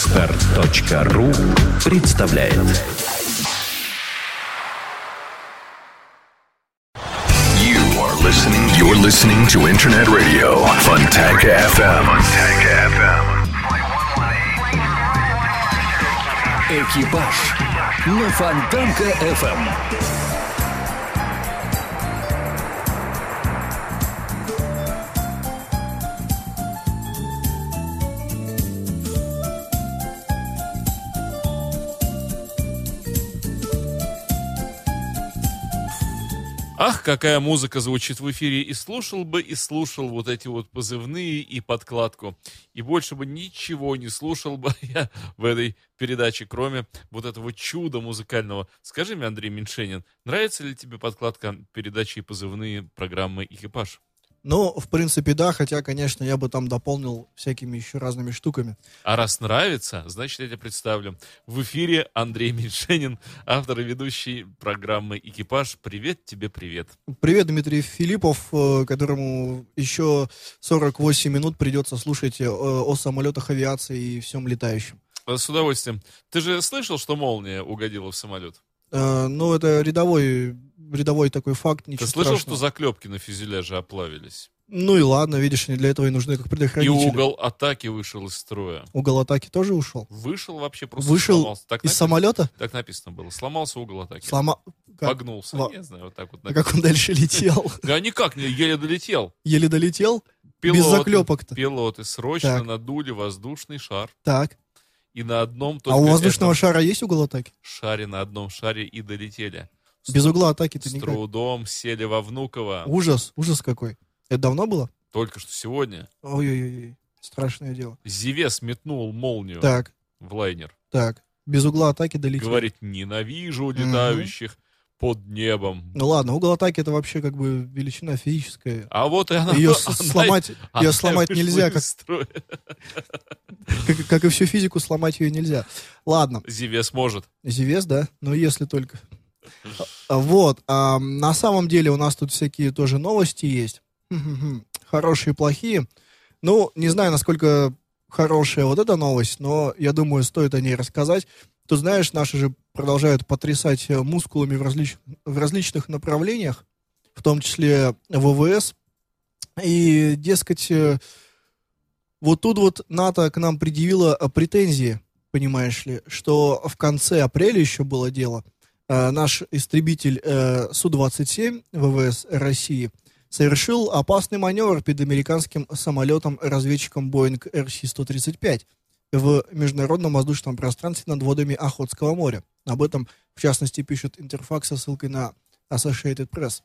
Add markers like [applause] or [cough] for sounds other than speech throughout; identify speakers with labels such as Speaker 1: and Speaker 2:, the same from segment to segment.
Speaker 1: Отстар.ру представляет
Speaker 2: You are listening, you're listening to Internet Radio Funtech FM. Funtech FM. Экипаж на Фонтанка FM.
Speaker 3: Ах, какая музыка звучит в эфире, и слушал бы, и слушал вот эти вот позывные и подкладку. И больше бы ничего не слушал бы [laughs] я в этой передаче, кроме вот этого чуда музыкального. Скажи мне, Андрей Меньшенин, нравится ли тебе подкладка передачи и позывные программы «Экипаж»?
Speaker 4: Ну, в принципе, да, хотя, конечно, я бы там дополнил всякими еще разными штуками.
Speaker 3: А раз нравится, значит, я тебя представлю. В эфире Андрей Меньшенин, автор и ведущий программы «Экипаж». Привет тебе, привет.
Speaker 4: Привет, Дмитрий Филиппов, э, которому еще 48 минут придется слушать э, о самолетах авиации и всем летающем.
Speaker 3: Э, С удовольствием. Ты же слышал, что молния угодила в самолет?
Speaker 4: Э, Ну, это рядовой, рядовой такой факт,
Speaker 3: Ты
Speaker 4: ничего
Speaker 3: слышал,
Speaker 4: страшного.
Speaker 3: что заклепки на фюзеляже оплавились?
Speaker 4: Ну и ладно, видишь, не для этого и нужны как
Speaker 3: И
Speaker 4: предохранители.
Speaker 3: угол атаки вышел из строя.
Speaker 4: Угол атаки тоже ушел?
Speaker 3: Вышел вообще просто
Speaker 4: Вышел
Speaker 3: сломался. Так,
Speaker 4: Из
Speaker 3: напи-
Speaker 4: самолета?
Speaker 3: так написано было. Сломался угол атаки.
Speaker 4: Сломал. Как?
Speaker 3: Погнулся.
Speaker 4: Во-
Speaker 3: Не знаю, вот так вот
Speaker 4: А
Speaker 3: написано.
Speaker 4: как он
Speaker 3: [laughs]
Speaker 4: дальше летел?
Speaker 3: Да никак, не, еле долетел.
Speaker 4: Еле долетел? Без
Speaker 3: Пилоты-
Speaker 4: заклепок-то.
Speaker 3: Пилоты срочно
Speaker 4: Так.
Speaker 3: надули воздушный шар.
Speaker 4: Так.
Speaker 3: И на одном
Speaker 4: А
Speaker 3: только
Speaker 4: у воздушного
Speaker 3: этом
Speaker 4: шара есть угол атаки?
Speaker 3: шаре, на одном шаре и долетели. С-
Speaker 4: Без угла атаки ты
Speaker 3: С
Speaker 4: никак.
Speaker 3: трудом сели во Внуково.
Speaker 4: Ужас, ужас какой. Это давно было?
Speaker 3: Только что сегодня
Speaker 4: Ой-ой-ой, страшное дело.
Speaker 3: Зевес метнул молнию
Speaker 4: Так,
Speaker 3: в лайнер.
Speaker 4: так, без угла атаки долетели.
Speaker 3: Говорит, ненавижу летающих под небом.
Speaker 4: Ну ладно, угол атаки это вообще как бы величина физическая.
Speaker 3: А вот и она...
Speaker 4: Ее
Speaker 3: [laughs] она-
Speaker 4: сломать,
Speaker 3: она [laughs]
Speaker 4: ее сломать
Speaker 3: вышла
Speaker 4: нельзя,
Speaker 3: из
Speaker 4: как,
Speaker 3: строя.
Speaker 4: как, как и всю физику сломать ее нельзя. Ладно,
Speaker 3: Зевес может.
Speaker 4: Зевес, да? Ну если только. А, Вот, а, на самом деле у нас тут всякие тоже новости есть. [laughs] Хм-хм-хм. Хорошие и плохие. Ну, не знаю, насколько хорошая вот эта новость, но я думаю, стоит о ней рассказать. Ты знаешь, наши же продолжают потрясать э, мускулами в, различ- в различных направлениях, в том числе ВВС. И, дескать, э, вот тут вот НАТО к нам предъявило э, претензии, понимаешь ли, что в конце апреля еще было дело. э, Наш истребитель э, Су-27 ВВС России совершил опасный маневр перед американским самолетом-разведчиком Boeing RC-135 в международном воздушном пространстве над водами Охотского моря. Об этом, в частности, пишет Интерфакс со ссылкой на Associated Press.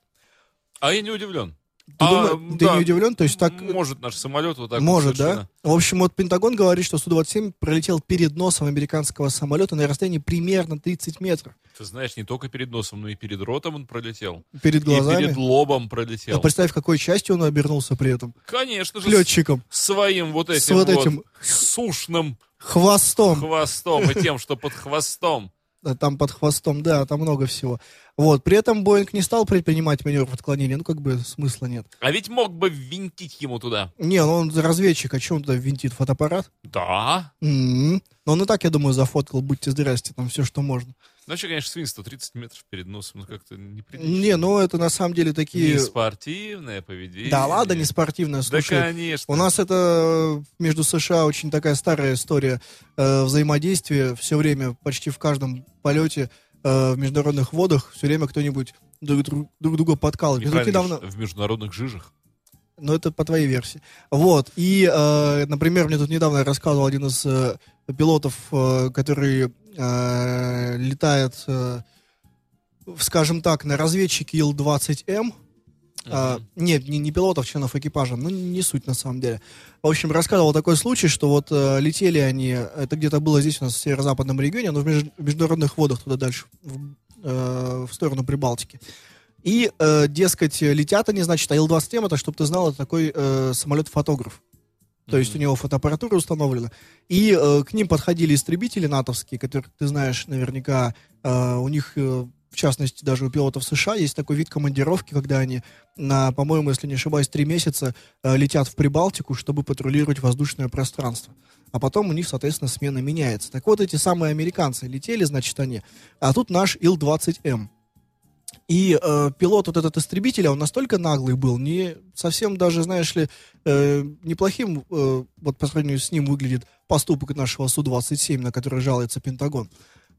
Speaker 3: А я не удивлен.
Speaker 4: Ты,
Speaker 3: А,
Speaker 4: думаешь- ты
Speaker 3: да.
Speaker 4: не удивлен? То есть так э,
Speaker 3: Может наш самолет вот так вот
Speaker 4: может,
Speaker 3: совершенно-
Speaker 4: да? В общем, вот Пентагон говорит, что Су-27 пролетел перед носом американского самолета на расстоянии примерно 30 метров.
Speaker 3: Ты знаешь, не только перед носом, но и перед ротом он пролетел.
Speaker 4: Перед глазами.
Speaker 3: И перед лобом
Speaker 4: А
Speaker 3: пролетел.
Speaker 4: представь, какой частью он обернулся при этом.
Speaker 3: Конечно же, с
Speaker 4: Летчиком.
Speaker 3: своим вот этим
Speaker 4: С вот этим
Speaker 3: сушным
Speaker 4: хвостом.
Speaker 3: хвостом и тем, что под хвостом.
Speaker 4: А Там под хвостом, да, там много всего. Вот, при этом Боинг не стал предпринимать маневр отклонения, ну как бы смысла нет.
Speaker 3: А ведь мог бы ввинтить ему туда.
Speaker 4: Не, ну он разведчик, а что он туда винтит? Фотоаппарат?
Speaker 3: Да.
Speaker 4: М. Но он и так, я думаю, зафоткал, будьте здрасте, там все, что можно.
Speaker 3: Ну, вообще, конечно, свинство 30 метров перед носом, ну как-то не
Speaker 4: Не, ну это на самом деле такие...
Speaker 3: спортивное поведение.
Speaker 4: Да ладно, не спортивное,
Speaker 3: Да,
Speaker 4: слушай.
Speaker 3: конечно.
Speaker 4: У нас это э, между США очень такая старая история э, взаимодействия. Все время, почти в каждом полете э, в международных водах, все время кто-нибудь друг, друг- друг друга подкалывает.
Speaker 3: Неправильно,
Speaker 4: Тут недавно-
Speaker 3: что В международных жижах.
Speaker 4: но это по твоей версии. Вот. И, э, например, мне тут недавно рассказывал один из э, пилотов, э, который э, летает, э, в- скажем так, на разведчике Ил-20М. А, нет, не, не пилотов, членов экипажа, ну не суть на самом деле. В общем, рассказывал такой случай, что вот э, летели они, это где-то было здесь у нас в северо-западном регионе, но в меж- международных водах туда дальше, в, э, в сторону Прибалтики. И, э, дескать, летят они, значит, а Ил-27, это, чтобы ты знал, это такой э, самолет-фотограф. То есть у
Speaker 3: Мгм.
Speaker 4: него фотоаппаратура установлена. И э, к ним подходили истребители натовские, которых ты знаешь наверняка, э, у них э, в частности, даже у пилотов США есть такой вид командировки, когда они на, по-моему, если не ошибаюсь, три месяца э, летят в Прибалтику, чтобы патрулировать воздушное пространство. А потом у них, соответственно, смена меняется. Так вот, эти самые американцы летели, значит, они. А тут наш Ил-20М. И э, пилот вот этот истребителя, он настолько наглый был, не совсем даже, знаешь ли, э, неплохим, э, вот по сравнению с ним выглядит поступок нашего Су-27, на который жалуется Пентагон.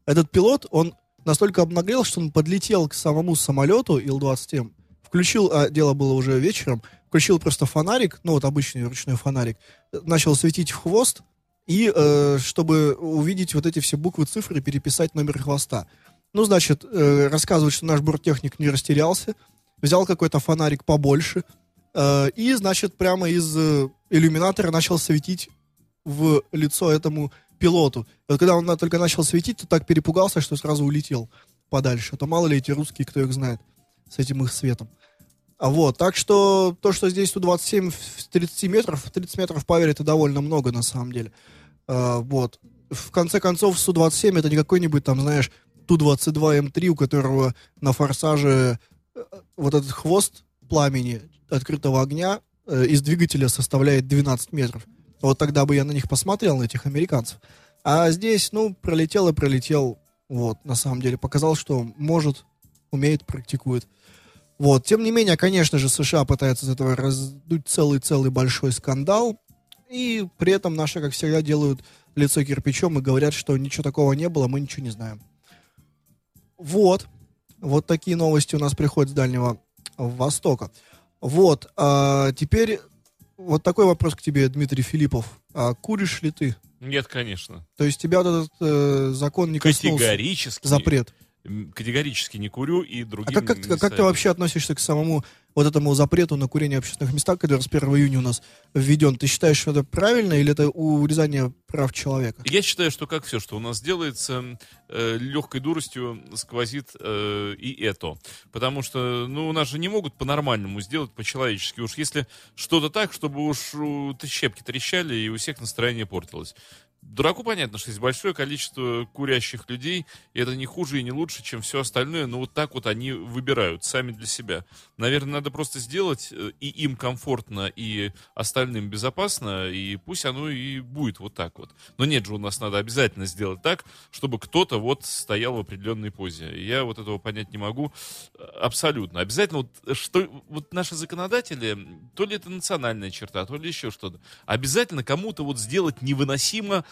Speaker 4: Этот пилот, он настолько обнаглел, что он подлетел к самому самолету Ил-20М, включил, а дело было уже вечером, включил просто фонарик, ну вот обычный ручной фонарик, э, начал светить в хвост, и э, чтобы увидеть вот эти все буквы, цифры, переписать номер хвоста. Ну, значит, э, рассказывают, что наш борттехник не растерялся, взял какой-то фонарик побольше, э, и, значит, прямо из э, иллюминатора начал светить в лицо этому пилоту. И вот когда он на- только начал светить, то так перепугался, что сразу улетел подальше. А то мало ли эти русские, кто их знает, с этим их светом. А вот, так что то, что здесь Су-27 в- с 30 метров, в 30 метров по вере это довольно много на самом деле. А, вот. В конце концов, Су-27 это не какой-нибудь там, знаешь, Ту-22М3, у которого на форсаже э, вот этот хвост пламени открытого огня э, из двигателя составляет 12 метров. Вот тогда бы я на них посмотрел, на этих американцев. А здесь, ну, пролетел и пролетел. Вот, на самом деле, показал, что может, умеет, практикует. Вот, тем не менее, конечно же, США пытаются из этого раздуть целый-целый большой скандал. И при этом наши, как всегда, делают лицо кирпичом и говорят, что ничего такого не было, мы ничего не знаем. Вот. Вот такие новости у нас приходят с Дальнего Востока. Вот. а, теперь вот такой вопрос к тебе, Дмитрий Филиппов. А куришь ли ты?
Speaker 3: Нет, конечно.
Speaker 4: То есть тебя вот этот э, закон не коснулся?
Speaker 3: Категорически.
Speaker 4: Запрет.
Speaker 3: М, Категорически не курю и
Speaker 4: А
Speaker 3: другим
Speaker 4: как, как,
Speaker 3: не
Speaker 4: ты- как ты
Speaker 3: советую.
Speaker 4: вообще относишься к самому вот этому запрету на курение в общественных местах, который с 1 июня у нас введен? Ты считаешь, что это правильно или это урезание прав человека?
Speaker 3: Я считаю, что как все, что у нас делается, легкой дуростью сквозит э, и это. Потому что, ну, у нас же не могут по-нормальному сделать, по-человечески. Уж если что-то так, чтобы уж у, ты щепки трещали и у всех настроение портилось. Дураку понятно, что есть большое количество курящих людей, и это не хуже и не лучше, чем все остальное, но вот так вот они выбирают сами для себя. Наверное, надо просто сделать э, и им комфортно, и остальным безопасно, и пусть оно и будет вот так вот. Но нет же, у нас надо обязательно сделать так, чтобы кто-то вот стоял в определенной позе. И Я вот этого понять не могу э, абсолютно. Обязательно вот, э, что, вот наши законодатели, м, то ли это национальная черта, то ли еще что-то, обязательно кому-то вот сделать невыносимо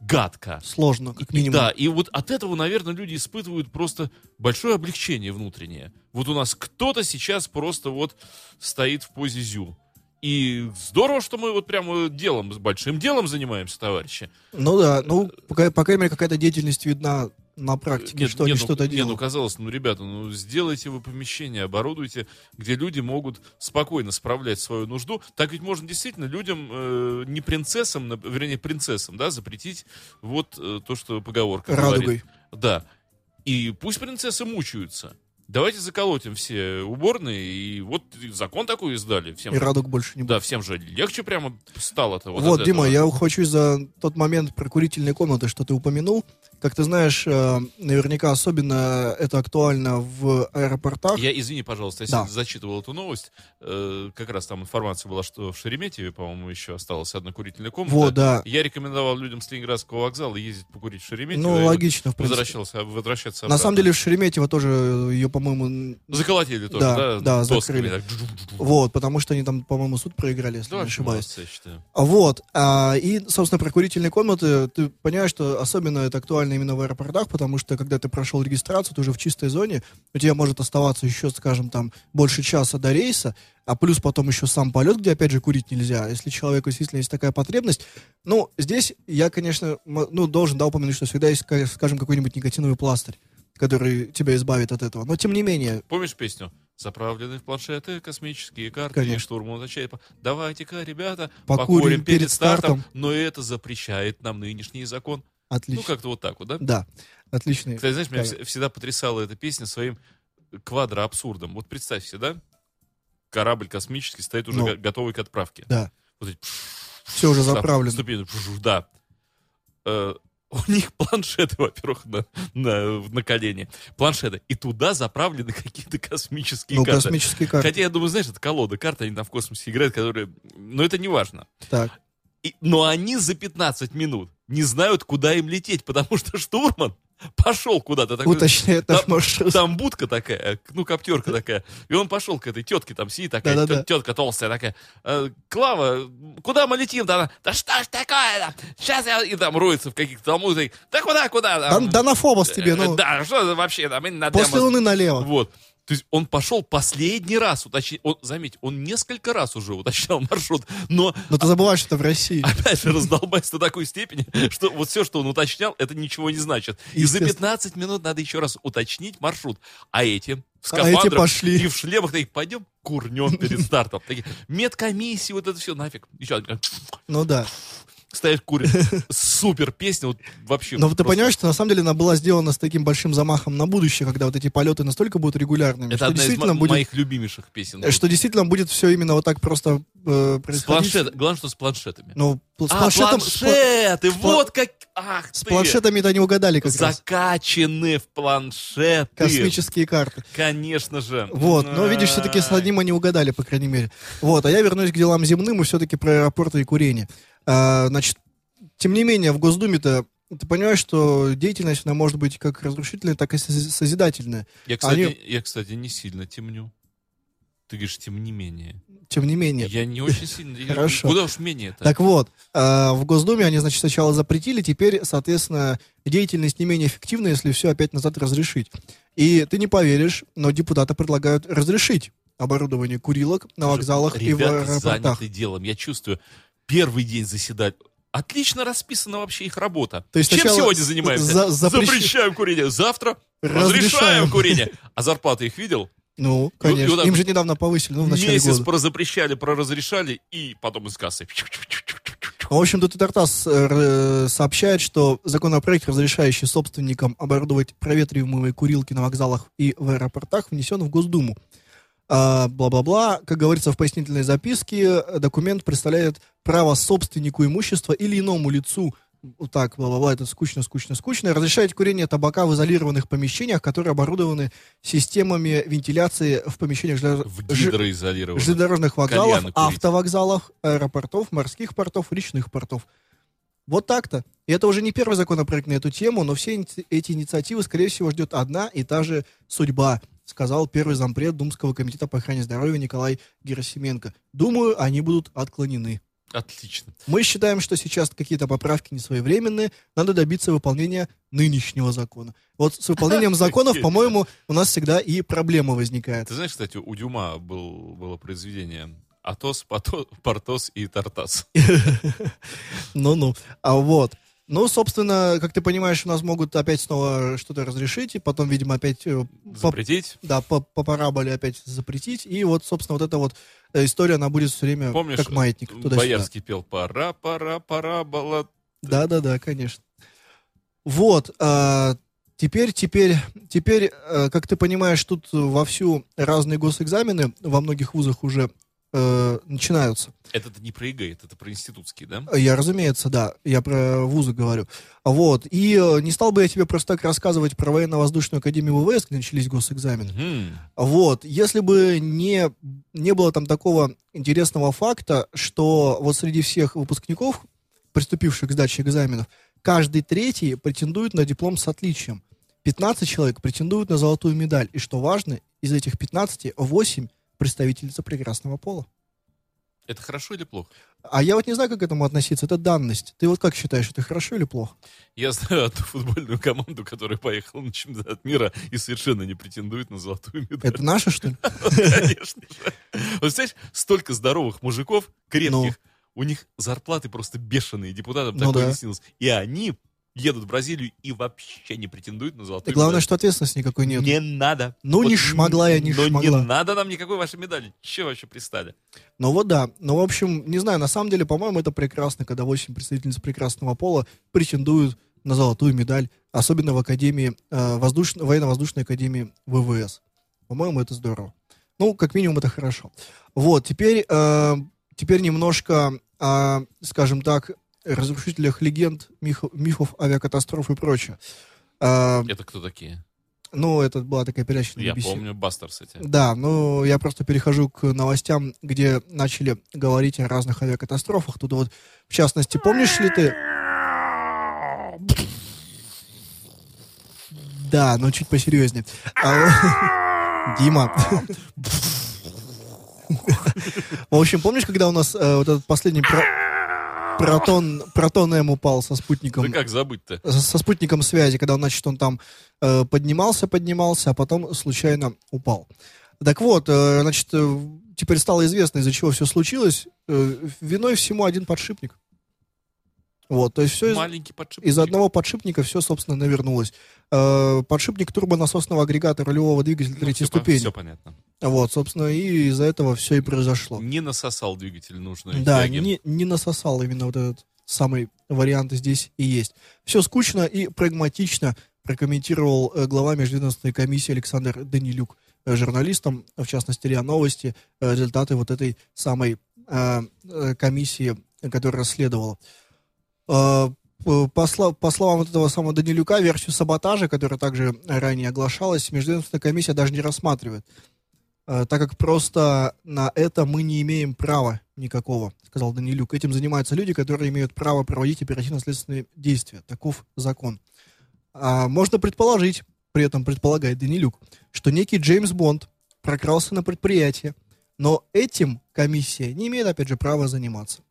Speaker 3: гадко.
Speaker 4: Сложно, как минимум.
Speaker 3: Да, и вот от этого, наверное, люди испытывают просто большое облегчение внутреннее. Вот у нас кто-то сейчас просто вот стоит в позе зю. И здорово, что мы вот прямо делом, с большим делом занимаемся, товарищи.
Speaker 4: Ну да, ну, по, кра- по крайней мере, какая-то деятельность видна на практике,
Speaker 3: Нет,
Speaker 4: что
Speaker 3: не,
Speaker 4: они
Speaker 3: ну,
Speaker 4: что-то
Speaker 3: не, ну
Speaker 4: делают.
Speaker 3: казалось, ну, ребята, ну сделайте вы помещение, оборудуйте, где люди могут спокойно справлять свою нужду. Так ведь можно действительно людям, э, не принцессам, нап- вернее, принцессам, да, запретить вот э, то, что поговорка говорит.
Speaker 4: Радугой.
Speaker 3: Да. И пусть принцессы мучаются. Давайте заколотим все уборные, и вот закон такой издали. Всем,
Speaker 4: И радуг больше не будет.
Speaker 3: да, всем же легче прямо стало-то.
Speaker 4: Вот,
Speaker 3: Вот, от
Speaker 4: Дима,
Speaker 3: этого.
Speaker 4: я ухочусь за тот момент про курительные комнаты, что ты упомянул. Как ты знаешь, э, наверняка особенно это актуально в аэропортах.
Speaker 3: Я, извини, пожалуйста, я
Speaker 4: Да.
Speaker 3: сегодня зачитывал эту новость. Э, как раз там информация была, что в Шереметьеве, по-моему, еще осталась одна курительная комната.
Speaker 4: Вот, да.
Speaker 3: Я рекомендовал людям с Ленинградского вокзала ездить покурить в Шереметьево.
Speaker 4: Ну,
Speaker 3: и
Speaker 4: логично, в принципе.
Speaker 3: Возвращался, возвращаться
Speaker 4: На
Speaker 3: обратно.
Speaker 4: самом деле в Шереметьево тоже ее, по-моему, н-
Speaker 3: Заколотили тоже,
Speaker 4: Да,
Speaker 3: да?
Speaker 4: да,
Speaker 3: досками
Speaker 4: закрыли.
Speaker 3: так джу-джу-джу.
Speaker 4: вот, потому что они там, по-моему, суд проиграли, если
Speaker 3: Да,
Speaker 4: не
Speaker 3: вообще
Speaker 4: ошибаюсь.
Speaker 3: молодцы, я считаю.
Speaker 4: Вот. а, и, собственно, про курительные комнаты ты понимаешь, что особенно это актуально именно в аэропортах, потому что когда ты прошел регистрацию, ты уже в чистой зоне, у тебя может оставаться еще, скажем, там больше часа до рейса, а плюс потом еще сам полет, где опять же курить нельзя, если человеку действительно есть такая потребность. Ну, здесь я, конечно, м- ну, должен да, упомянуть, что всегда есть, ска- скажем, какой-нибудь никотиновый пластырь, который тебя избавит от этого. Но тем не менее,
Speaker 3: Помнишь песню? Заправлены в планшеты космические карты и
Speaker 4: Конечно.
Speaker 3: штурмана Чайпа. Давайте-ка, ребята, покурим,
Speaker 4: Покурим
Speaker 3: перед,
Speaker 4: перед
Speaker 3: стартом,
Speaker 4: стартом.
Speaker 3: но это запрещает нам нынешний закон.
Speaker 4: отлично.
Speaker 3: Ну, как-то вот так вот, да?
Speaker 4: Да, отличный.
Speaker 3: Кстати, знаешь, меня
Speaker 4: Правильно.
Speaker 3: вс- всегда потрясала эта песня своим квадроабсурдом. Вот представь себе, да? Корабль космический стоит уже
Speaker 4: Ну.
Speaker 3: го- готовый к отправке.
Speaker 4: Да.
Speaker 3: Вот эти
Speaker 4: Все уже
Speaker 3: там
Speaker 4: заправлено.
Speaker 3: ступени, пш, да. Э, [laughs] у них планшеты, во-первых, на, на, на колене. Планшеты. И туда заправлены [laughs] какие-то космические
Speaker 4: Ну,
Speaker 3: карты.
Speaker 4: космические карты.
Speaker 3: Хотя я думаю, знаешь, это колода карт, они там в космосе играют, которые... Но это не важно.
Speaker 4: Так.
Speaker 3: И- но они за 15 минут не знают, куда им лететь, потому что штурман пошел куда-то. Такой,
Speaker 4: Уточняет
Speaker 3: там-
Speaker 4: наш маршрут.
Speaker 3: там будка такая, э, ну, коптерка такая. И он пошел к этой тетке, там сидит такая,
Speaker 4: Да-да-да.
Speaker 3: тет- тетка толстая такая. «Э, Клава, куда мы летим? Да, она, да что ж такое там? Сейчас я... И там роется в каких-то талмузах. Да куда, куда?
Speaker 4: Да,
Speaker 3: Там,
Speaker 4: да на Фобос тебе,
Speaker 3: Э,
Speaker 4: ну.
Speaker 3: Да, что это вообще там? и на
Speaker 4: После
Speaker 3: Демос».
Speaker 4: Луны налево.
Speaker 3: Вот. То есть он пошел последний раз уточнить. Он, заметь, он несколько раз уже уточнял маршрут, но
Speaker 4: Но ты забываешь, что это в России.
Speaker 3: опять же раздолбайся до такой степени, что вот все, что он уточнял, это ничего не значит. И за
Speaker 4: Естественно.
Speaker 3: 15 минут надо еще раз уточнить маршрут. А эти в
Speaker 4: А эти
Speaker 3: скафандрах
Speaker 4: пошли.
Speaker 3: и в шлемах такие, пойдем курнем перед стартом. Такие, медкомиссии, вот это все нафиг. Еще
Speaker 4: Ну да.
Speaker 3: стоят курят. Супер песня, вот вообще.
Speaker 4: Но вот ты
Speaker 3: просто-
Speaker 4: понимаешь, что на самом деле она была сделана с таким большим замахом на будущее, когда вот эти полеты настолько будут регулярными,
Speaker 3: Это
Speaker 4: что
Speaker 3: одна из
Speaker 4: действительно
Speaker 3: мо-
Speaker 4: будет э,
Speaker 3: моих любимейших песен.
Speaker 4: что действительно будет все именно вот так просто э,
Speaker 3: С
Speaker 4: происходить.
Speaker 3: планшет, главное, что с планшетами.
Speaker 4: Ну, пл- с
Speaker 3: а,
Speaker 4: планшетом... с пла-
Speaker 3: планшеты,
Speaker 4: пла-
Speaker 3: вот как... Ах
Speaker 4: С
Speaker 3: ты!
Speaker 4: планшетами это не угадали как раз.
Speaker 3: Закачаны в планшеты.
Speaker 4: Космические карты.
Speaker 3: Конечно же.
Speaker 4: Вот, но видишь, все-таки с одним они угадали, по крайней мере. Вот, а я вернусь к делам земным и все-таки про аэропорты и курение. А, значит, тем не менее, в Госдуме-то ты понимаешь, что деятельность, она может быть как разрушительная, так и соз- созидательная.
Speaker 3: Я, кстати,
Speaker 4: они-
Speaker 3: я, кстати, не сильно темню. Ты говоришь, тем не менее.
Speaker 4: Тем не менее.
Speaker 3: Я не очень сильно... я-
Speaker 4: Хорошо.
Speaker 3: Куда уж менее-то?
Speaker 4: Так вот, э, в Госдуме они, значит, сначала запретили, теперь, соответственно, деятельность не менее эффективна, если все опять назад разрешить. И ты не поверишь, но депутаты предлагают разрешить оборудование курилок на вокзалах и в
Speaker 3: Ребята
Speaker 4: аэропортах.
Speaker 3: заняты делом. Я чувствую, первый день заседать. Отлично расписана вообще их работа.
Speaker 4: То есть
Speaker 3: Чем
Speaker 4: сначала
Speaker 3: сегодня занимаемся?
Speaker 4: за- запрещ-
Speaker 3: Запрещаем курение. Завтра разрешаем,
Speaker 4: Разрешаем.
Speaker 3: курение. А зарплаты их видел? и
Speaker 4: Ну,
Speaker 3: вот
Speaker 4: конечно.
Speaker 3: так
Speaker 4: Им
Speaker 3: вот
Speaker 4: же недавно повысили, ну, в начале
Speaker 3: Месяц
Speaker 4: года.
Speaker 3: прозапрещали, проразрешали, и потом из кассы.
Speaker 4: В общем, тут и Тартас э, р- сообщает, что законопроект, разрешающий собственникам оборудовать проветриваемые курилки на вокзалах и в аэропортах, внесен в Госдуму. А, Бла-бла-бла. Как говорится в пояснительной записке, э, документ представляет право собственнику имущества или иному лицу вот так, бла-бла-бла, это скучно, скучно, скучно. Разрешает курение табака в изолированных помещениях, которые оборудованы системами вентиляции в помещениях жля-
Speaker 3: В
Speaker 4: ж-
Speaker 3: гидроизолированном.
Speaker 4: железнодорожных вокзалов,
Speaker 3: Кальяны курить.
Speaker 4: автовокзалов, аэропортов, морских портов, речных портов. Вот так-то. И это уже не первый законопроект на эту тему, но все ини- эти инициативы, скорее всего, ждет одна и та же судьба, сказал первый зампред Думского комитета по охране здоровья Николай Герасименко. Думаю, они будут отклонены.
Speaker 3: Отлично.
Speaker 4: Мы считаем, что сейчас какие-то поправки несвоевременные, надо добиться выполнения нынешнего закона. Вот с выполнением законов, по-моему, у нас всегда и проблема возникает.
Speaker 3: Ты знаешь, кстати, у Дюма был, было произведение Атос, Пато- Портос и Тартас.
Speaker 4: Ну-ну. А вот. Ну, собственно, как ты понимаешь, у нас могут опять снова что-то разрешить, и потом, видимо, опять э, по,
Speaker 3: Запретить.
Speaker 4: да, по, по параболе опять запретить. И вот, собственно, вот эта вот э, история, она будет все время
Speaker 3: Помнишь, э,
Speaker 4: как маятник. Туда
Speaker 3: Боярский пел «Пора, пора, пора, была».
Speaker 4: Да-да-да, конечно. Вот. а, теперь, теперь, теперь, э, как ты понимаешь, тут вовсю разные госэкзамены во многих вузах уже э, начинаются.
Speaker 3: Это ты не про ЕГЭ, это про институтский, да?
Speaker 4: Я, разумеется, да. Я про вузы говорю. Вот. И э, не стал бы я тебе просто так рассказывать про военно-воздушную академию ВВС, где начались госэкзамены.
Speaker 3: Мгм.
Speaker 4: Вот. Если бы не, не было там такого интересного факта, что вот среди всех выпускников, приступивших к сдаче экзаменов, каждый третий претендует на диплом с отличием. 15 человек претендуют на золотую медаль. И что важно, из этих 15, 8 представительница прекрасного пола.
Speaker 3: Это хорошо или плохо?
Speaker 4: А я вот не знаю, как к этому относиться. Это данность. Ты вот как считаешь, это хорошо или плохо?
Speaker 3: Я знаю одну футбольную команду, которая поехала на чемпионат мира и совершенно не претендует на золотую медаль.
Speaker 4: Это наше, что ли?
Speaker 3: Конечно же. Вот знаешь, столько здоровых мужиков, крепких, у них зарплаты просто бешеные, депутатам
Speaker 4: Ну
Speaker 3: такое
Speaker 4: да.
Speaker 3: не снилось. И они едут в Бразилию и вообще не претендуют на
Speaker 4: И
Speaker 3: золотую
Speaker 4: главное,
Speaker 3: медаль.
Speaker 4: что ответственности никакой нет.
Speaker 3: Не надо.
Speaker 4: Ну, не шмогла я, не
Speaker 3: но
Speaker 4: шмогла.
Speaker 3: не надо нам никакой вашей медали. Че вообще пристали?
Speaker 4: Ну вот да. Ну, в общем, не знаю, на самом деле, по-моему, это прекрасно, когда 8 представительниц прекрасного пола претендуют на золотую медаль, особенно в Академии э, воздуш- военно-воздушной Академии ВВС. По-моему, это здорово. Ну, как минимум, это хорошо. Вот, теперь, э, теперь немножко, э, скажем так, разрушителях легенд, миф- мифов, авиакатастроф и прочее. А,
Speaker 3: Это кто такие?
Speaker 4: ну, это была такая передача на
Speaker 3: Я
Speaker 4: BBC.
Speaker 3: помню, Бастерс эти.
Speaker 4: Да, ну я просто перехожу к новостям, где начали говорить о разных авиакатастрофах. Тут вот, в частности, помнишь ли ты... Да, но чуть посерьезнее. А, [laughs] Дима. В общем, помнишь, когда у нас э, вот этот последний про- протон, протон М упал со спутником?
Speaker 3: Да как забыть-то?
Speaker 4: со- со спутником связи, когда он, значит, он там э, поднимался, поднимался, а потом случайно упал. Так вот, э, значит, э, теперь стало известно, из-за чего все случилось. Э, виной всему один подшипник. Вот, то есть все из,
Speaker 3: Маленький подшипник.
Speaker 4: из одного подшипника все, собственно, навернулось. Э, подшипник турбонасосного агрегата рулевого двигателя третьей ступени.
Speaker 3: Все Ну, типа, понятно.
Speaker 4: Вот, собственно, и из-за этого все и произошло.
Speaker 3: Не насосал двигатель нужной
Speaker 4: Да,
Speaker 3: тяги.
Speaker 4: не, не насосал именно вот этот самый вариант здесь и есть. Все скучно и прагматично прокомментировал э, глава Межведомственной комиссии Александр Данилюк э, журналистам, в частности РИА Новости, э, результаты вот этой самой э, э, комиссии, которая расследовала. Э, п- По, сла- по словам вот этого самого Данилюка, версию саботажа, которая также ранее оглашалась, Межведомственная комиссия даже не рассматривает э, так как просто на это мы не имеем права никакого, сказал Данилюк. Этим занимаются люди, которые имеют право проводить оперативно-следственные действия. Таков закон. А можно предположить, при этом предполагает Данилюк, что некий Джеймс Бонд прокрался на предприятие, но этим комиссия не имеет, опять же, права заниматься.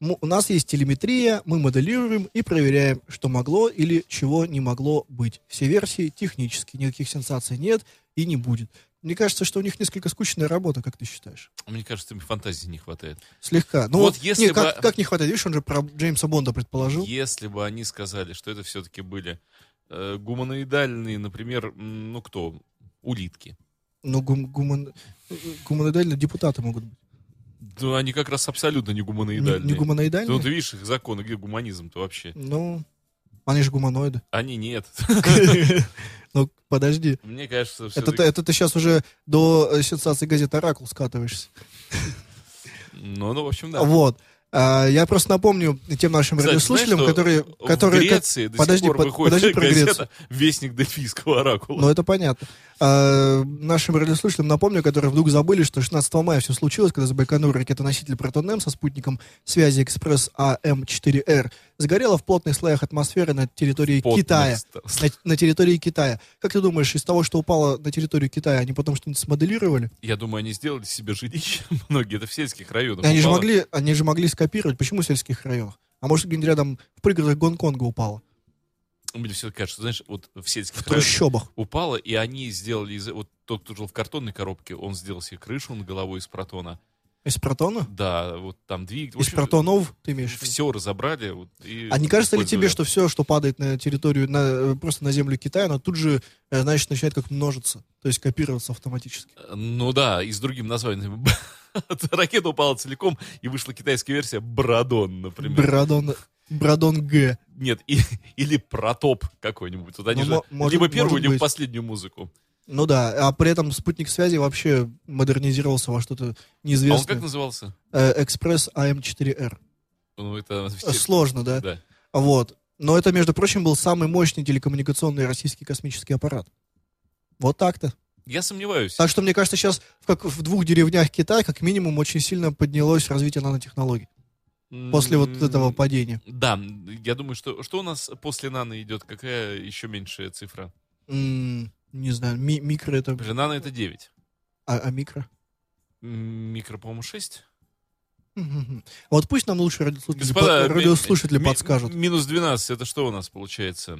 Speaker 4: М- У нас есть телеметрия, мы моделируем и проверяем, что могло или чего не могло быть. Все версии технические, никаких сенсаций нет и не будет. Мне кажется, что у них несколько скучная работа, как ты считаешь?
Speaker 3: Мне кажется, им фантазии не хватает.
Speaker 4: Слегка. Ну
Speaker 3: Вот
Speaker 4: вот,
Speaker 3: если
Speaker 4: не, как,
Speaker 3: бы-
Speaker 4: как не хватает? Видишь, он же про Джеймса Бонда предположил.
Speaker 3: Если бы они сказали, что это все-таки были э, гуманоидальные, например, м, ну кто, улитки.
Speaker 4: Ну, гум, гуман, гуманоидальные депутаты могут быть.
Speaker 3: Да Ну, они как раз абсолютно не
Speaker 4: Не,
Speaker 3: гуманоидальные.
Speaker 4: не гуманоидальные?
Speaker 3: Ну ты видишь их законы, где гуманизм-то вообще?
Speaker 4: Ну, они же гуманоиды.
Speaker 3: Они нет. [laughs]
Speaker 4: Ну, подожди.
Speaker 3: Мне кажется,
Speaker 4: Это, ты-
Speaker 3: все
Speaker 4: это ты сейчас уже до э, сенсации газеты «Оракул» скатываешься.
Speaker 3: Ну, ну, в общем, да.
Speaker 4: Вот. А, я просто напомню тем нашим
Speaker 3: Кстати,
Speaker 4: радиослушателям,
Speaker 3: знаешь, что
Speaker 4: которые...
Speaker 3: в
Speaker 4: которые как-
Speaker 3: Греции до
Speaker 4: подожди,
Speaker 3: сих пор
Speaker 4: под-
Speaker 3: выходит
Speaker 4: подожди про
Speaker 3: газета
Speaker 4: Грецию.
Speaker 3: «Вестник Дельфийского оракула».
Speaker 4: Ну, это понятно. А, нашим радиослушателям напомню, которые вдруг забыли, что 16 мая все случилось, когда Забайконур ракетоноситель Протон-М со спутником связи Экспресс А АМ-4Р сгорела в плотных слоях атмосферы на территории
Speaker 3: Потных
Speaker 4: Китая.
Speaker 3: ст-
Speaker 4: На, на территории Китая. Как ты думаешь, из того, что упало на территорию Китая, они потом что-нибудь смоделировали?
Speaker 3: Я думаю, они сделали себе жилище. [laughs] Многие это в сельских районах.
Speaker 4: они, же
Speaker 3: упало.
Speaker 4: могли, они же могли скопировать. Почему в сельских районах? А может, где-нибудь рядом в пригородах Гонконга упало?
Speaker 3: Мне все кажется, знаешь, вот в сельских
Speaker 4: В
Speaker 3: районах
Speaker 4: трущобах.
Speaker 3: упало, и они сделали из... Вот тот, кто жил в картонной коробке, он сделал себе крышу над головой из протона.
Speaker 4: Из протона?
Speaker 3: Да, вот там двигатель.
Speaker 4: Из протонов, ты имеешь? в виду?
Speaker 3: Все разобрали. вот, и
Speaker 4: А не кажется ли
Speaker 3: использовали.
Speaker 4: тебе, что все, что падает на территорию, на, э, просто на землю Китая, оно тут же, э, значит, начинает как множиться, то есть копироваться автоматически?
Speaker 3: Ну да, и с другим названием. [laughs] Ракета упала целиком, и вышла китайская версия «Брадон», например.
Speaker 4: Брадон, Брадон Г.
Speaker 3: Нет, и- или протоп какой-нибудь. Вот они
Speaker 4: Ну,
Speaker 3: же
Speaker 4: мо- может-
Speaker 3: либо первую,
Speaker 4: может
Speaker 3: либо
Speaker 4: быть.
Speaker 3: последнюю музыку.
Speaker 4: Ну да, а при этом спутник связи вообще модернизировался во что-то
Speaker 3: А он как
Speaker 4: неизвестное.
Speaker 3: назывался?
Speaker 4: Э, Экспресс АМ-4Р.
Speaker 3: Ну, это...
Speaker 4: Э, Сложно, да?
Speaker 3: Да.
Speaker 4: Вот. Но это, между прочим, был самый мощный телекоммуникационный российский космический аппарат. Вот так-то.
Speaker 3: Я сомневаюсь.
Speaker 4: Так что, мне кажется, сейчас в, как, в двух деревнях Китая как минимум очень сильно поднялось развитие нанотехнологий после вот
Speaker 3: М,
Speaker 4: этого падения.
Speaker 3: Да, я думаю, что что у нас после нано идет? Какая еще меньшая цифра?
Speaker 4: М, Не знаю, ми- микро это...
Speaker 3: Блин, нано это 9.
Speaker 4: А, а микро? [laughs]
Speaker 3: М, Микро, по-моему, 6.
Speaker 4: Мгм. Вот пусть нам лучше радиослушатели, ну, по-
Speaker 3: ми-
Speaker 4: радиослушатели
Speaker 3: ми-
Speaker 4: подскажут.
Speaker 3: Минус 12, это что у нас получается?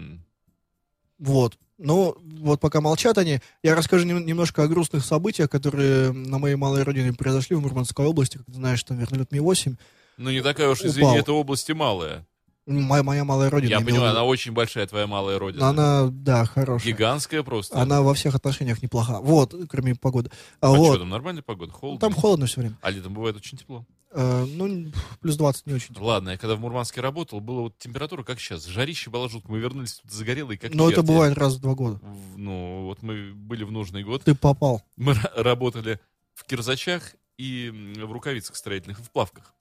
Speaker 4: Вот. Ну, вот пока молчат они, я расскажу нем- немножко о грустных событиях, которые на моей малой родине произошли в Мурманской области. Как ты знаешь, там вертолет Ми-8.
Speaker 3: Ну, не такая уж, извини,
Speaker 4: Упал.
Speaker 3: это области малая.
Speaker 4: М, Моя, моя малая родина.
Speaker 3: Я
Speaker 4: имела
Speaker 3: понимаю,
Speaker 4: в виду.
Speaker 3: она очень большая твоя малая родина.
Speaker 4: Она, да, хорошая.
Speaker 3: Гигантская просто.
Speaker 4: Она во всех отношениях неплоха. Вот, кроме погоды. А,
Speaker 3: А что,
Speaker 4: вот. Ну,
Speaker 3: там нормальная погода? Холодно?
Speaker 4: Там холодно все время.
Speaker 3: А летом бывает очень тепло.
Speaker 4: Э, ну, плюс 20 не очень.
Speaker 3: Ладно, я когда в Мурманске работал, была вот температура как сейчас. Жарище была жутко. Мы вернулись тут загорелые, как
Speaker 4: Но Ну, это
Speaker 3: черти.
Speaker 4: бывает раз в два года.
Speaker 3: В- ну, вот мы были в нужный год.
Speaker 4: Ты попал.
Speaker 3: Мы ра- работали в кирзачах и м, в рукавицах строительных, и в плавках.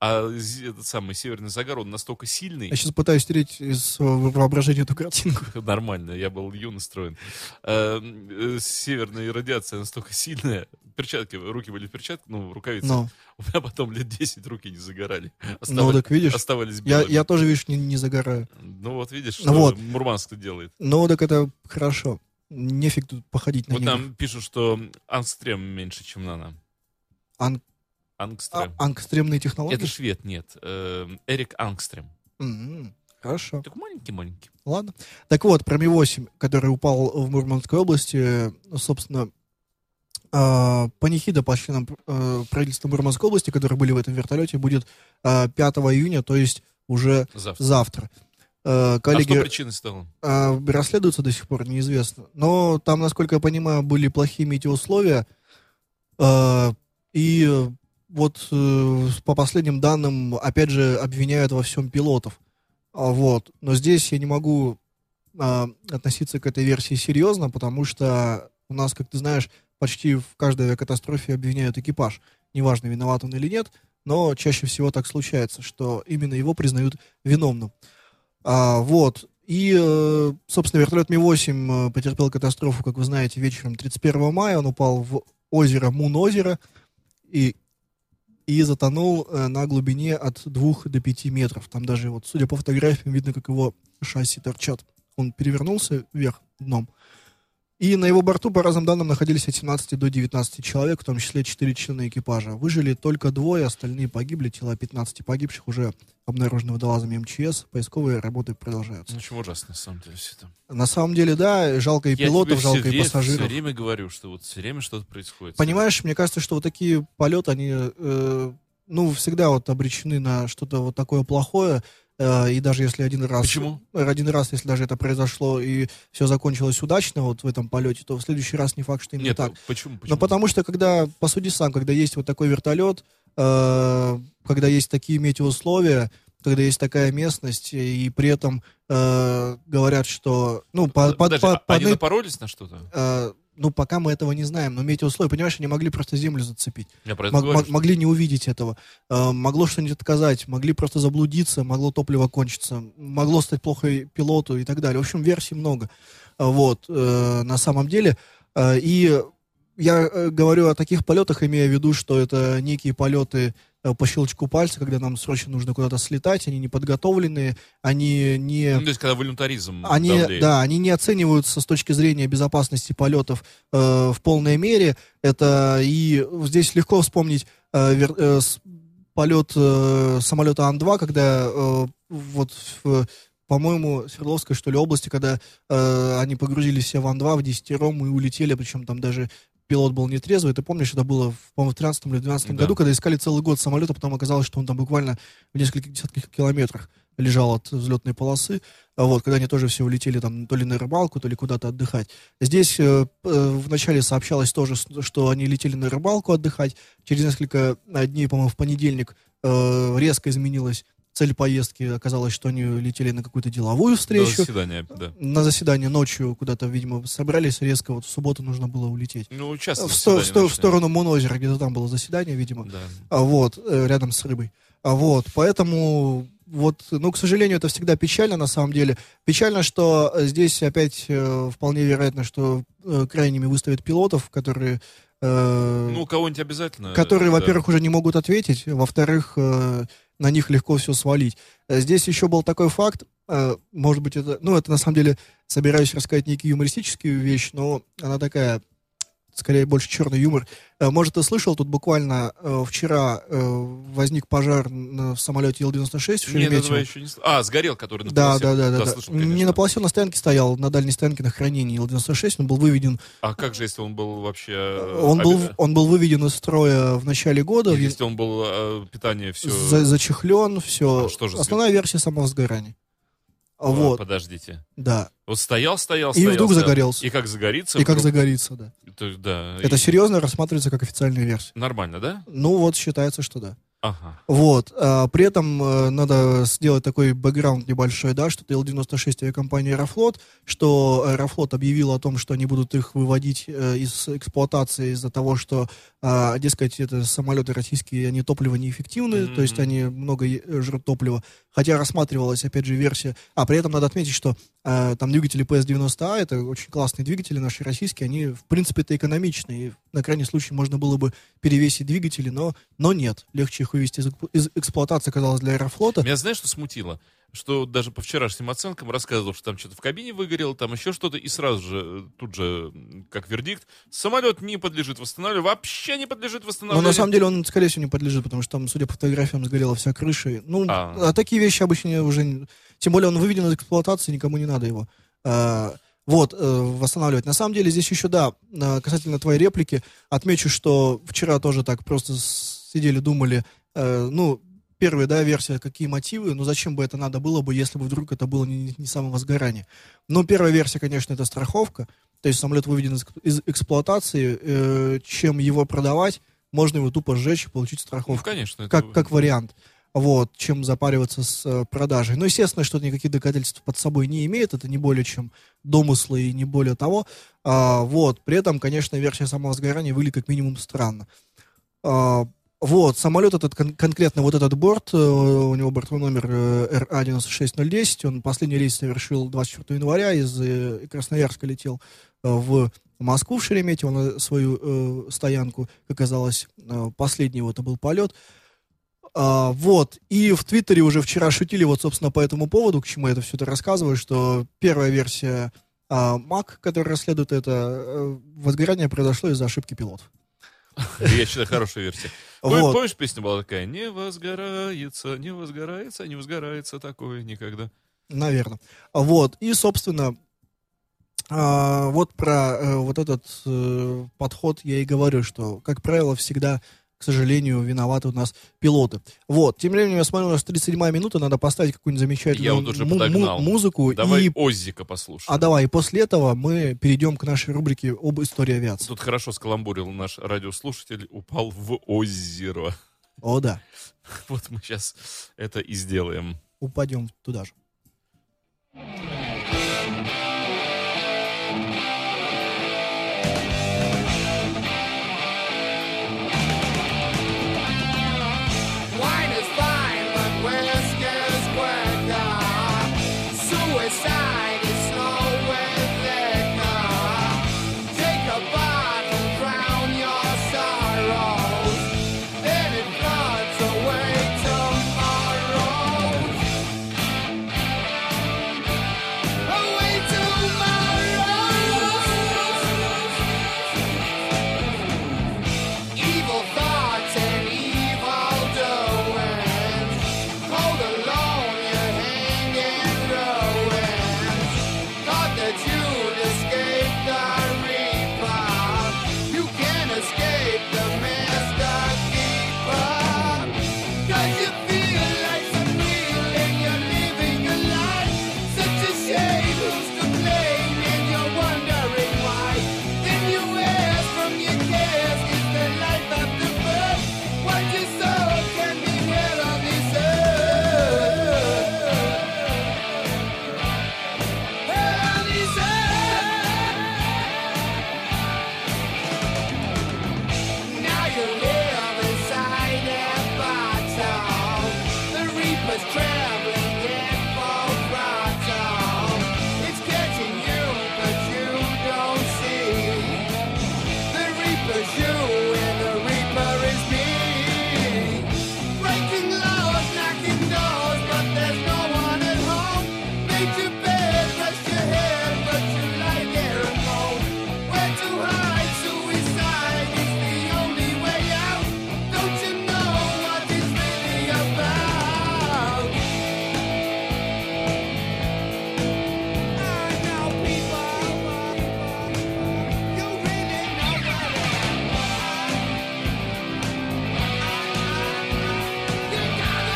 Speaker 3: А зи- этот самый Северный Загар, он настолько сильный,
Speaker 4: Я сейчас пытаюсь стереть из своего воображения эту картинку.
Speaker 3: [laughs] нормально, я был ю настроен. Э, э, Северная радиация настолько сильная. Перчатки, руки были в перчатках, ну, рукавицы. [laughs]
Speaker 4: Ну,
Speaker 3: У меня потом лет 10 руки не загорали. [laughs]
Speaker 4: ну
Speaker 3: Оставали-
Speaker 4: так видишь,
Speaker 3: Оставались
Speaker 4: я,
Speaker 3: белыми.
Speaker 4: я тоже, видишь, не, не загораю.
Speaker 3: Ну вот видишь,
Speaker 4: Ну
Speaker 3: что
Speaker 4: вот.
Speaker 3: Мурманск делает.
Speaker 4: Ну так это хорошо. Нефиг тут походить на
Speaker 3: Вот
Speaker 4: них.
Speaker 3: нам пишут, что ангстрем меньше, чем нано.
Speaker 4: Ан- А,
Speaker 3: Ангстрем.
Speaker 4: Ангстремные технологии?
Speaker 3: Это швед, нет. Э, Эрик Ангстрем.
Speaker 4: М, М-м, Хорошо.
Speaker 3: Так маленький-маленький.
Speaker 4: Ладно. Так вот, про Ми-8, который упал в Мурманской области, ну, собственно, э, панихида по членам э, правительства Мурманской области, которые были в этом вертолете, будет э, 5 июня, то есть уже
Speaker 3: Завтра.
Speaker 4: завтра. Э,
Speaker 3: А что
Speaker 4: Коллеги
Speaker 3: причиной стало?
Speaker 4: э, расследуются до сих пор, неизвестно. Но там, насколько я понимаю, были плохие метеоусловия. Э, И э, вот э, по последним данным, опять же, обвиняют во всем пилотов. А, Вот. Но здесь я не могу а, относиться к этой версии серьезно, потому что у нас, как ты знаешь, почти в каждой авиакатастрофе обвиняют экипаж. Неважно, виноват он или нет, но чаще всего так случается, что именно его признают виновным. А, вот. И, э, собственно, вертолет Ми-8 э, потерпел катастрофу, как вы знаете, вечером 31 мая. Он упал в озеро Мун-озеро и, и затонул э, на глубине от 2 до 5 метров. Там даже, вот, судя по фотографиям, видно, как его шасси торчат. Он перевернулся вверх дном. И на его борту, по разным данным, находились от 17 до 19 человек, в том числе 4 члена экипажа. Выжили только двое, остальные погибли. Тела 15 погибших уже обнаружены водолазами МЧС. Поисковые работы продолжаются.
Speaker 3: Ну, Очень ужасно, на самом деле, все это.
Speaker 4: На самом деле, да, жалко и
Speaker 3: Я
Speaker 4: пилотов,
Speaker 3: тебе всё
Speaker 4: жалко и
Speaker 3: вре-
Speaker 4: пассажиров.
Speaker 3: Все время говорю, что вот все время что-то происходит.
Speaker 4: Понимаешь, мне кажется, что вот такие полеты, они, э, ну, всегда вот обречены на что-то вот такое плохое. э, и даже если один раз...
Speaker 3: Почему?
Speaker 4: Один раз, если даже это произошло и все закончилось удачно вот в этом полете, то в следующий раз не факт, что именно
Speaker 3: Нет,
Speaker 4: так.
Speaker 3: почему?
Speaker 4: Но
Speaker 3: почему?
Speaker 4: потому что, когда, посуди сам, когда есть вот такой вертолет, э, когда есть такие метеоусловия, когда есть такая местность, и при этом э, говорят, что... Ну, по, по-
Speaker 3: Подожди,
Speaker 4: по-
Speaker 3: а-
Speaker 4: по
Speaker 3: они
Speaker 4: одной-
Speaker 3: напоролись на что-то?
Speaker 4: э, ну, пока мы этого не знаем, но метеоусловия, понимаешь, они могли просто землю зацепить.
Speaker 3: Я про это
Speaker 4: Мог-
Speaker 3: говорю.
Speaker 4: мог-
Speaker 3: что-
Speaker 4: могли не увидеть этого. Э, могло что-нибудь отказать, могли просто заблудиться, могло топливо кончиться, могло стать плохо и пилоту и так далее. В общем, версий много. Э, Вот, э, на самом деле. Э, и я э, говорю о таких полетах, имея в виду, что это некие полеты э, по щелчку пальца, когда нам срочно нужно куда-то слетать, они не подготовленные, они не...
Speaker 3: Ну, то есть, когда волюнтаризм
Speaker 4: Они,
Speaker 3: давлеет.
Speaker 4: да, они не оцениваются с точки зрения безопасности полетов э, в полной мере. Это и здесь легко вспомнить э, вер- э, с- полет э, самолета Ан-2, когда э, вот, в, по-моему, Свердловской, что ли, области, когда э, они погрузились все в Ан-2 в десятером и улетели, причем там даже пилот был нетрезвый. Ты помнишь, это было, в, по-моему, в 13 или 12
Speaker 3: Да.
Speaker 4: году, когда искали целый год самолета, потом оказалось, что он там буквально в нескольких десятках километрах лежал от взлетной полосы. А Вот, когда они тоже все улетели там то ли на рыбалку, то ли куда-то отдыхать. Здесь э, п- э, вначале сообщалось тоже, с- что они летели на рыбалку отдыхать. Через несколько э, дней, по-моему, в понедельник э, резко изменилась цель поездки. Оказалось, что они летели на какую-то деловую
Speaker 3: До
Speaker 4: встречу.
Speaker 3: заседания, да.
Speaker 4: На заседание ночью куда-то, видимо, собрались резко. Вот в субботу нужно было улететь.
Speaker 3: Ну, часто
Speaker 4: В, сто- в сто-
Speaker 3: заседания
Speaker 4: в сторону Монозера, где-то там было заседание, видимо.
Speaker 3: начинают. Да.
Speaker 4: А Вот, э, рядом с рыбой. А Вот, поэтому, вот, ну, к сожалению, это всегда печально, на самом деле. Печально, что э, здесь опять э, вполне вероятно, что э, крайними выставят пилотов, которые... э,
Speaker 3: Ну, кого-нибудь обязательно. э,
Speaker 4: которые,
Speaker 3: да.
Speaker 4: во-первых, уже не могут ответить, во-вторых, э, на них легко все свалить. Э, Здесь еще был такой факт, э, может быть, это, ну, это на самом деле, собираюсь рассказать некий юмористический вещь, но она такая, скорее, больше черный юмор. Э, Может, ты слышал, тут буквально э, вчера э, возник пожар на- в самолете Ил-96 в
Speaker 3: Нет, этого
Speaker 4: Шереметьево.
Speaker 3: я еще не слышал. А, сгорел, который на
Speaker 4: Да, да,
Speaker 3: полосе.
Speaker 4: да, да. да.
Speaker 3: слышал,
Speaker 4: не
Speaker 3: конечно.
Speaker 4: на полосе, на стоянке стоял, на дальней стоянке на хранении Ил-96, он был выведен
Speaker 3: А как же, если он был вообще... э,
Speaker 4: Он был,
Speaker 3: обе-
Speaker 4: он был выведен из строя в начале года,
Speaker 3: Нет,
Speaker 4: в
Speaker 3: Если он был э, питание все...
Speaker 4: за- зачехлен, все.
Speaker 3: А что же с-
Speaker 4: Основная версия самого сгорания. А, вот,
Speaker 3: Подождите.
Speaker 4: да.
Speaker 3: Вот стоял, стоял,
Speaker 4: И
Speaker 3: стоял.
Speaker 4: вдруг
Speaker 3: стоял.
Speaker 4: загорелся.
Speaker 3: И как загорится?
Speaker 4: И как
Speaker 3: вдруг,
Speaker 4: загорится, да.
Speaker 3: то- да.
Speaker 4: Это
Speaker 3: и-
Speaker 4: серьезно рассматривается как официальная версия.
Speaker 3: Нормально, да?
Speaker 4: Ну вот, считается, что да.
Speaker 3: Ага.
Speaker 4: Вот. а, при этом э, надо сделать такой бэкграунд небольшой, да, что Ил-96 авиакомпания Аэрофлот, что Аэрофлот объявил о том, что они будут их выводить э, из эксплуатации из-за того, что, а, дескать, это самолеты российские, они топливо неэффективны, то есть
Speaker 3: Мгм.
Speaker 4: они много е- жрут топлива. Хотя рассматривалась, опять же, версия. А при этом надо отметить, что э, там двигатели PS90A, а, это очень классные двигатели наши российские, они, в принципе-то, экономичные. И на крайний случай можно было бы перевесить двигатели, но, но нет. Легче их вывести из, эксп- из эксплуатации оказалось для Аэрофлота.
Speaker 3: Меня знаешь, что смутило? Что даже по вчерашним оценкам рассказывал, что там что-то в кабине выгорело, там еще что-то, и сразу же, э, тут же, м, как вердикт, самолет не подлежит восстанавливанию, вообще не подлежит
Speaker 4: Но
Speaker 3: восстановлению.
Speaker 4: Ну, на самом деле он, скорее всего, не подлежит, потому что там, судя по фотографиям, сгорела вся крыша. И- Ну,
Speaker 3: А.
Speaker 4: а, такие вещи обычно уже... не- Тем более он выведен из эксплуатации, никому не надо его. э, вот, э, восстанавливать. На самом деле здесь еще, да, э, касательно твоей реплики, отмечу, что вчера тоже так просто с- сидели, думали, э, ну, первая, да, версия, какие мотивы, ну, зачем бы это надо было бы, если бы вдруг это было не, не самовозгорание. Ну, первая версия, конечно, это страховка, то есть самолет выведен из, из эксплуатации, э, чем его продавать, можно его тупо сжечь и получить
Speaker 3: Ну,
Speaker 4: страховку
Speaker 3: конечно. это-
Speaker 4: как, как вариант. Вот, чем запариваться с э, продажей. Но, естественно, что это никаких доказательств под собой не имеет, это не более чем домыслы и не более того. А, вот, при этом, конечно, версия самовозгорания выглядит как минимум странно. А, вот, самолет этот, кон- конкретно вот этот борт, э, у него бортовой номер э, RA96010, он последний рейс совершил 24 января, из э, Красноярска летел э, в Москву, в Шереметьево, на свою э, стоянку, как оказалось, э, последний вот это был полет. А, вот, и в Твиттере уже вчера шутили вот, собственно, по этому поводу, к чему я это все это рассказываю, что первая версия а, Mac, которая расследует это, э, возгорание произошло из-за ошибки пилотов.
Speaker 3: [laughs] Я считаю, хорошая
Speaker 4: [laughs]
Speaker 3: версия. Пом-
Speaker 4: Вот.
Speaker 3: Помнишь, песня была такая? Не возгорается, не возгорается, не возгорается такое никогда.
Speaker 4: Наверное. Вот. И, собственно, а, вот про э, вот этот э, подход я и говорю, что, как правило, всегда, к сожалению, виноваты у нас пилоты. Вот. Тем временем, я смотрю, у нас 37-я минута, надо поставить какую-нибудь замечательную
Speaker 3: Я вот уже подогнал.
Speaker 4: музыку.
Speaker 3: Давай
Speaker 4: и...
Speaker 3: Оззика послушаем.
Speaker 4: А давай, и после этого мы перейдем к нашей рубрике об истории авиации.
Speaker 3: Тут хорошо скаламбурил наш радиослушатель, упал в озеро. [laughs]
Speaker 4: О, да.
Speaker 3: Вот мы сейчас это и сделаем.
Speaker 4: Упадем туда же.
Speaker 5: Wine is fine, but whiskey's quicker. Suicide is slow with liquor. Take a bottle, drown your sorrows. Then it floods away tomorrow. Away tomorrow. Evil thoughts and evil doings. Hold alone, you hang in ruins. Thought that you'd escape the reaper. You can't escape the master keeper. Cause you feel like some feeling you're living your life. Such a shame, who's to blame? And you're wondering why. Then you ask from your cares, is there life after birth? What your soul can be here on this earth. Here on this earth. Now you live inside that bottle. The reaper's traveling yet full throttle. It's catching you, but you don't see. The reaper's you and the reaper is me. Breaking laws, knocking doors, but there's no one at home. Made your bed, rest your head, but you lie there alone. Where to hide? Suicide is the only way out. Don't you know what it's really about? I know people. You really know what it's about. You got it.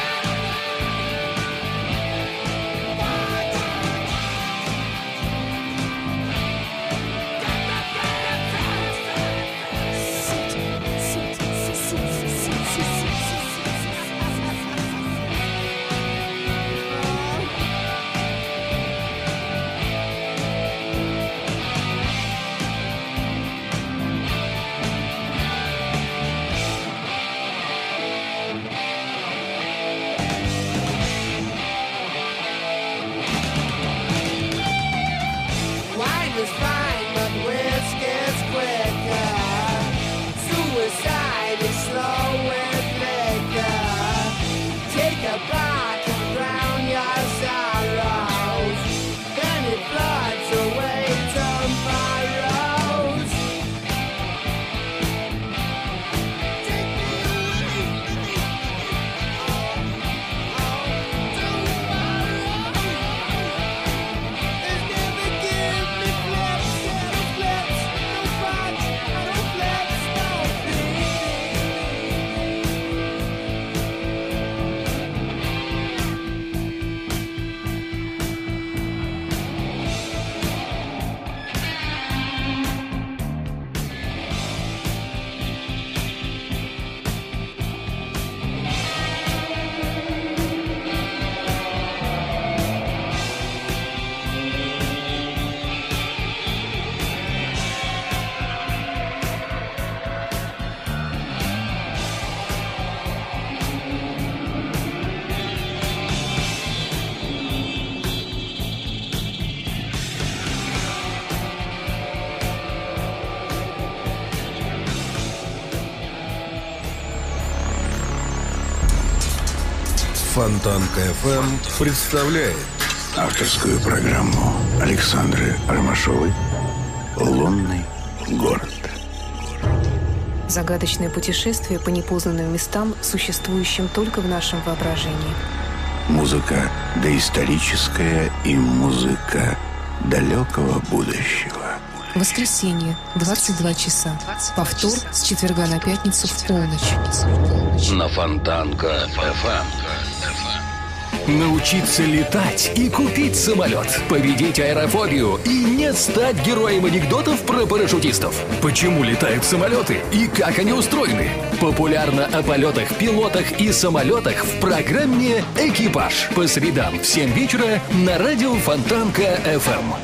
Speaker 6: Фонтанка FM представляет
Speaker 2: Авторскую программу Александры Ромашовой «Лунный город».
Speaker 7: Загадочное путешествие по непознанным местам, существующим только в нашем воображении.
Speaker 2: Музыка доисторическая и музыка далекого будущего.
Speaker 7: Воскресенье, 22 часа. Повтор с четверга на пятницу в полночь.
Speaker 8: На Фонтанка FM. Научиться летать и купить самолет, победить аэрофобию и не стать героем анекдотов про парашютистов. Почему летают самолеты и как они устроены? Популярно о полетах, пилотах и самолетах в программе «Экипаж» по средам в 7 вечера на радио Фонтанка Эм». FM.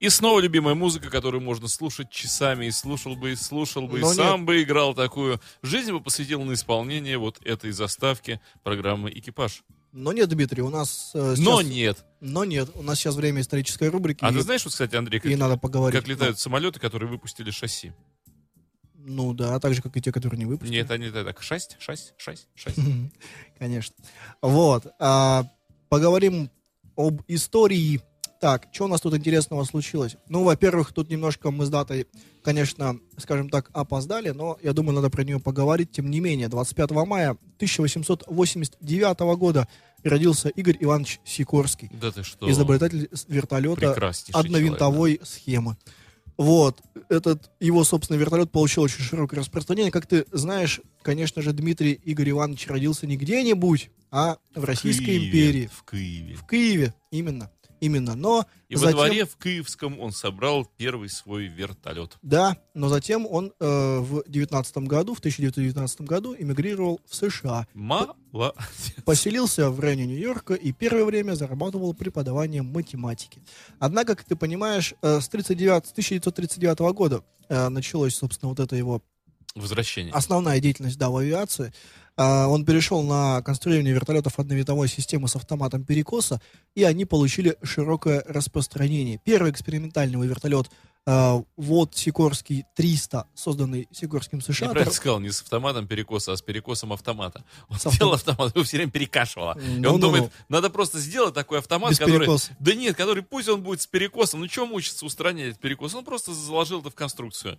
Speaker 3: И снова любимая музыка, которую можно слушать часами. И слушал бы, и слушал бы, и
Speaker 4: Но нет.
Speaker 3: сам бы играл такую. Жизнь бы посвятил на исполнение вот этой заставки программы «Экипаж».
Speaker 4: Но нет, Дмитрий, у нас... э,
Speaker 3: Но
Speaker 4: сейчас-
Speaker 3: нет.
Speaker 4: Но нет, у нас сейчас время исторической рубрики.
Speaker 3: А
Speaker 4: и-
Speaker 3: ты знаешь, вот, кстати, Андрей,
Speaker 4: и
Speaker 3: как,
Speaker 4: надо поговорить.
Speaker 3: как летают самолеты, которые выпустили шасси?
Speaker 4: Ну, ну да, а так же, как и те, которые не выпустили.
Speaker 3: Нет, они летают так. Шасть, шасть, шасть, шасть.
Speaker 4: Конечно. Вот. а, поговорим об истории. Так, что у нас тут интересного случилось? Ну, во-первых, тут немножко мы с датой, конечно, скажем так, опоздали, но я думаю, надо про нее поговорить. Тем не менее, 25 мая 1889 года родился Игорь Иванович Сикорский,
Speaker 3: Да ты что?
Speaker 4: изобретатель с- вертолета
Speaker 3: Прекраснейший человек.
Speaker 4: одновинтовой схемы. Вот, этот его, собственно, вертолет получил очень широкое распространение. Как ты знаешь, конечно же, Дмитрий Игорь Иванович родился не где-нибудь, а в Российской
Speaker 3: Киеве,
Speaker 4: империи.
Speaker 3: В Киеве.
Speaker 4: В Киеве, именно. Именно. Но
Speaker 3: И во
Speaker 4: затем-
Speaker 3: дворе в Киевском он собрал первый свой вертолет.
Speaker 4: Да, но затем он э, в 19 году, в 1919 году эмигрировал в США.
Speaker 3: Мало.
Speaker 4: Поселился в районе Нью-Йорка и первое время зарабатывал преподаванием математики. Однако, как ты понимаешь, э, с, 39, с 1939 года э, началось, собственно, вот это его
Speaker 3: Возвращение.
Speaker 4: основная деятельность, да, в авиации. А, Он перешел на конструирование вертолетов одновитовой системы с автоматом перекоса, и они получили широкое распространение. Первый экспериментальный вертолет а, вот Сикорский 300, созданный Сикорским
Speaker 3: Я
Speaker 4: США.
Speaker 3: правильно сказал, не с автоматом перекоса, а с перекосом автомата. Он
Speaker 4: С автом-
Speaker 3: делал автомат, его все время перекашивало. И он
Speaker 4: Ну-ну-ну.
Speaker 3: думает, надо просто сделать такой автомат,
Speaker 4: Ну, Без
Speaker 3: который...
Speaker 4: перекоса.
Speaker 3: Да нет, который пусть он будет с перекосом. Ну чего мучиться, устранять этот перекос? Он просто заложил это в конструкцию.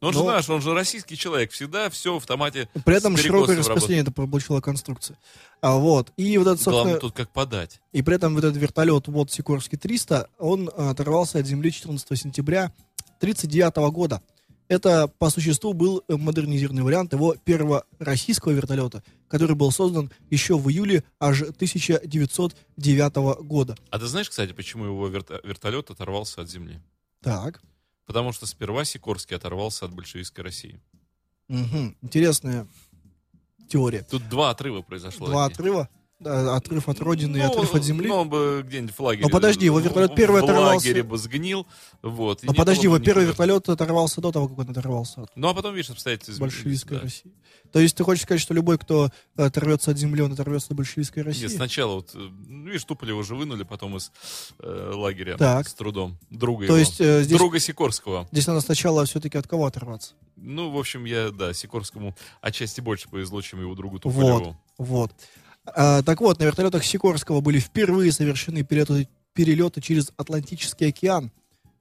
Speaker 3: Но он же
Speaker 4: Ну.
Speaker 3: наш, он же российский человек. Всегда все в автомате
Speaker 4: При этом
Speaker 3: с перекосом
Speaker 4: широкое
Speaker 3: работает.
Speaker 4: распространение это получила конструкция. А, вот. И вот этот, собственно,
Speaker 3: Главное тут как подать.
Speaker 4: И при этом вот этот вертолет вот Сикорский 300, он э, оторвался от земли 14 сентября 1939 года. Это, по существу, был э, модернизированный вариант его первого российского вертолета, который был создан еще в июле аж 1909 года.
Speaker 3: А ты знаешь, кстати, почему его верто- вертолет оторвался от земли?
Speaker 4: Так,
Speaker 3: Потому что сперва Сикорский оторвался от большевистской России.
Speaker 4: мгм, интересная теория.
Speaker 3: Тут два отрыва произошло.
Speaker 4: Два
Speaker 3: от них.
Speaker 4: отрыва, да, отрыв от родины и
Speaker 3: Ну,
Speaker 4: отрыв от земли.
Speaker 3: Ну, он бы где-нибудь в лагере...
Speaker 4: Но подожди, его вертолет
Speaker 3: в-
Speaker 4: первый
Speaker 3: в
Speaker 4: оторвался.
Speaker 3: лагере бы сгнил, вот. и
Speaker 4: Но
Speaker 3: не было
Speaker 4: Ну, подожди,
Speaker 3: бы
Speaker 4: его
Speaker 3: никакого-
Speaker 4: первый вертолет оторвался до того, как он оторвался от
Speaker 3: Ну, а потом, видишь, обстоятельства изменились,
Speaker 4: большевистской
Speaker 3: да.
Speaker 4: России. То есть ты хочешь сказать, что любой, кто э, оторвется от земли, он оторвется от большевистской России?
Speaker 3: Нет, сначала вот, э, ну, видишь, Туполева уже вынули потом из э, лагеря
Speaker 4: Так.
Speaker 3: с трудом. Друга
Speaker 4: То
Speaker 3: его.
Speaker 4: есть э, здесь,
Speaker 3: Друга Сикорского.
Speaker 4: здесь надо сначала все-таки от кого оторваться?
Speaker 3: Ну, в общем, я, да, Сикорскому отчасти больше повезло, чем его другу Туполеву.
Speaker 4: Вот, вот. А, так вот, на вертолетах Сикорского были впервые совершены перелеты, перелеты через Атлантический океан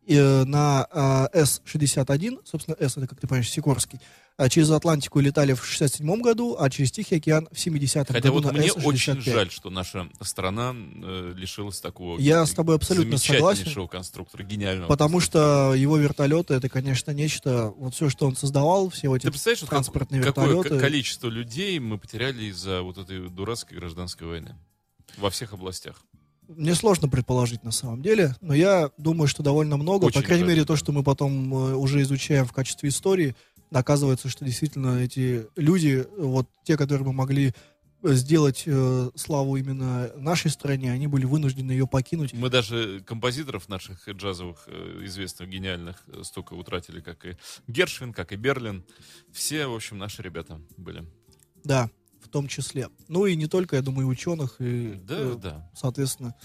Speaker 4: э, на а, С-61, собственно, С это, как ты понимаешь, Сикорский, А через Атлантику летали в 67 году, а через Тихий океан в 70-м
Speaker 3: Хотя
Speaker 4: году
Speaker 3: вот
Speaker 4: на
Speaker 3: мне
Speaker 4: С-65.
Speaker 3: очень жаль, что наша страна э, лишилась такого
Speaker 4: Я с тобой абсолютно
Speaker 3: замечательнейшего
Speaker 4: согласен.
Speaker 3: конструктора, гениального.
Speaker 4: Потому что его вертолеты это, конечно, нечто. Вот все, что он создавал, все эти
Speaker 3: Ты представляешь, вот как-
Speaker 4: транспортные
Speaker 3: какое
Speaker 4: вертолеты.
Speaker 3: к- количество людей мы потеряли из-за вот этой дурацкой гражданской войны во всех областях?
Speaker 4: Мне сложно предположить на самом деле, но я думаю, что довольно много.
Speaker 3: Очень
Speaker 4: По крайней
Speaker 3: жаль,
Speaker 4: мере,
Speaker 3: да.
Speaker 4: то, что мы потом э, уже изучаем в качестве истории, оказывается, что действительно эти люди, вот те, которые мы могли э, сделать э, славу именно нашей стране, они были вынуждены ее покинуть.
Speaker 3: Мы даже композиторов наших джазовых, э, известных, гениальных, э, столько утратили, как и Гершвин, как и Берлин. Все, в общем, наши ребята были.
Speaker 4: Да. в том числе. Ну и не только, я думаю, и ученых, и,
Speaker 3: Да,
Speaker 4: э,
Speaker 3: да.
Speaker 4: соответственно,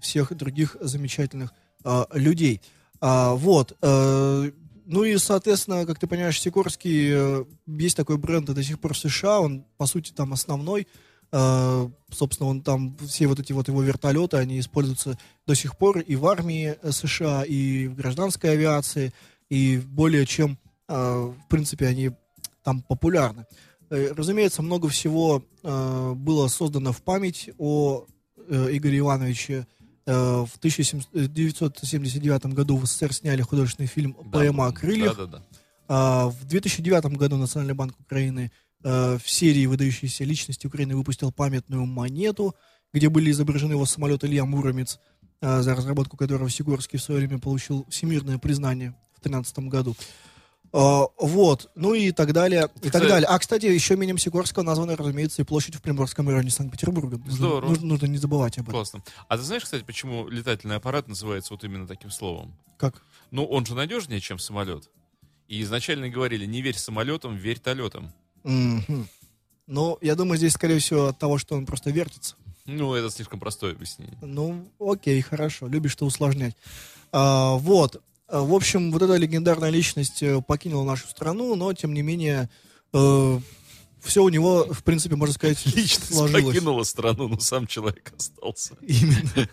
Speaker 4: всех других замечательных а, людей. А, вот. э, ну и, соответственно, как ты понимаешь, Сикорский, э, есть такой бренд и до сих пор в США, он, по сути, там основной. Э, собственно, он там, все вот эти вот его вертолеты, они используются до сих пор и в армии э, США, и в гражданской авиации, и более чем, э, в принципе, они там популярны. Э, разумеется, много всего э, было создано в память о э, Игоря Ивановича. Э, в 1979 году в СССР сняли художественный фильм «Поэма о крыльях».
Speaker 3: Да, да, да.
Speaker 4: А, В 2009 году Национальный банк Украины э, в серии «Выдающиеся личности Украины» выпустил памятную монету, где были изображены его самолет Илья Муромец, э, за разработку которого Сигорский в свое время получил всемирное признание в 2013 году. А, Вот, ну и так далее, и так
Speaker 3: Кстати-
Speaker 4: далее. А, кстати, еще именем Сикорского названа, разумеется, и площадь в Приморском районе Санкт-Петербурга. Нужно-
Speaker 3: Здорово.
Speaker 4: Нужно, нужно не забывать об этом.
Speaker 3: Классно. А ты знаешь, кстати, почему летательный аппарат называется вот именно таким словом?
Speaker 4: Как?
Speaker 3: Ну, он же надежнее, чем самолет. И изначально говорили, не верь самолетам, верь толетам.
Speaker 4: Мгм. Ну, я думаю, здесь, скорее всего, от того, что он просто вертится.
Speaker 3: Ну, это слишком простое объяснение.
Speaker 4: Ну, окей, хорошо. Любишь ты усложнять. А, вот. А, В общем, вот эта легендарная личность э, покинула нашу страну, но, тем не менее, все у него, в принципе, можно
Speaker 3: [laughs]
Speaker 4: сказать,
Speaker 3: Личность
Speaker 4: сложилось.
Speaker 3: покинула страну, но сам человек остался.
Speaker 4: Именно.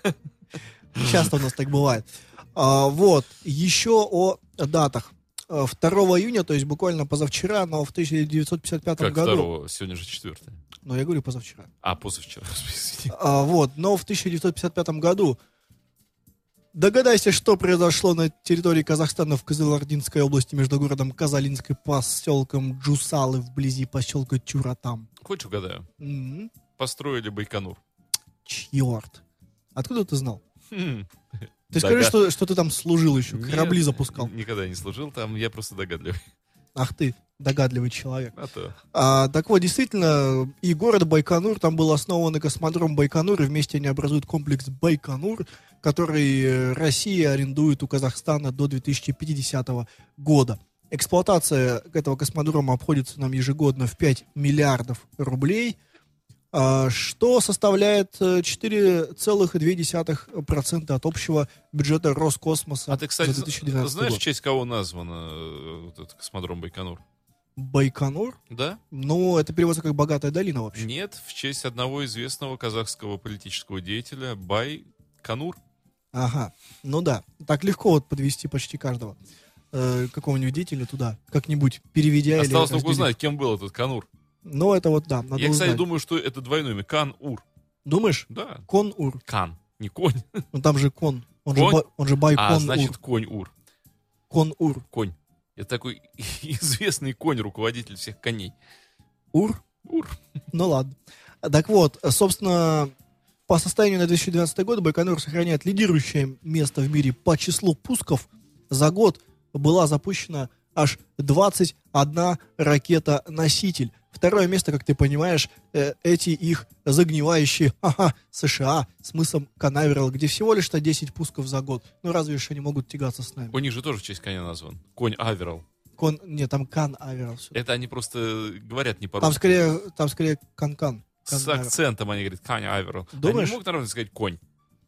Speaker 4: Часто у нас так бывает. А, вот. Еще о датах. А, 2 июня, то есть буквально позавчера, но в 1955
Speaker 3: Как
Speaker 4: году.
Speaker 3: второго? Сегодня же четвертое.
Speaker 4: Но я говорю позавчера.
Speaker 3: А, позавчера. [laughs] извини.
Speaker 4: А, вот, но в 1955 году догадайся, что произошло на территории Казахстана в Кызылординской области между городом Казалинск и поселком Джусалы вблизи поселка Чуратам.
Speaker 3: Хочешь угадаю?
Speaker 4: М,
Speaker 3: Построили Байконур.
Speaker 4: Чёрт. Откуда ты знал?
Speaker 3: Хм.
Speaker 4: Ты скажи,
Speaker 3: Догад-
Speaker 4: что, что ты там служил еще, корабли
Speaker 3: Нет,
Speaker 4: запускал.
Speaker 3: Никогда не служил там, я просто догадливый.
Speaker 4: Ах ты, догадливый человек.
Speaker 3: А то.
Speaker 4: А, так вот, действительно, и город Байконур, там был основан и космодром Байконур, и вместе они образуют комплекс Байконур, который э, Россия арендует у Казахстана до 2050 года. Эксплуатация этого космодрома обходится нам ежегодно в 5 миллиардов рублей, а, что составляет э, 4,2% от общего бюджета Роскосмоса
Speaker 3: А ты, кстати,
Speaker 4: за 2012
Speaker 3: знаешь, в
Speaker 4: год.
Speaker 3: честь кого назван э, вот этот космодром Байконур?
Speaker 4: Байконур?
Speaker 3: Да?
Speaker 4: Ну, это переводится как «богатая долина» вообще.
Speaker 3: Нет, в честь одного известного казахского политического деятеля Байконур.
Speaker 4: Ага, ну да. Так легко вот подвести почти каждого э, какого-нибудь деятеля туда, как-нибудь переведя или
Speaker 3: Осталось только
Speaker 4: разделив.
Speaker 3: узнать, кем был этот Конур.
Speaker 4: Ну, это вот да, надо
Speaker 3: я, кстати,
Speaker 4: узнать.
Speaker 3: думаю, что это двойное имя. Кан-Ур.
Speaker 4: Думаешь?
Speaker 3: Да,
Speaker 4: Кон-ур.
Speaker 3: Кан. Не конь,
Speaker 4: Ну там же кон. Он
Speaker 3: Конь?
Speaker 4: же, ба- он же бай
Speaker 3: а
Speaker 4: кон-ур.
Speaker 3: значит конь-Ур.
Speaker 4: Кон-ур.
Speaker 3: Конь. Это такой [laughs] известный конь, руководитель всех коней.
Speaker 4: Ур?
Speaker 3: Ур.
Speaker 4: Ну ладно. А, Так вот, э, собственно, по состоянию на 2012 год Байконур сохраняет лидирующее место в мире по числу пусков. За год была запущена аж 21 ракета-носитель. Второе место, как ты понимаешь, э, эти их загнивающие ха-ха, США с мысом Канаверал, где всего лишь-то 10 пусков за год. Ну разве что они могут тягаться с нами?
Speaker 3: У них же тоже в честь коня назван. Конь Аверал.
Speaker 4: Кон... Нет, там Канаверал. всё.
Speaker 3: Это они просто говорят не по-русски.
Speaker 4: Там скорее, там скорее Канкан.
Speaker 3: С
Speaker 4: Канаверал.
Speaker 3: акцентом они говорят конь Аверал.
Speaker 4: Думаешь?
Speaker 3: Они не могут нормально сказать конь.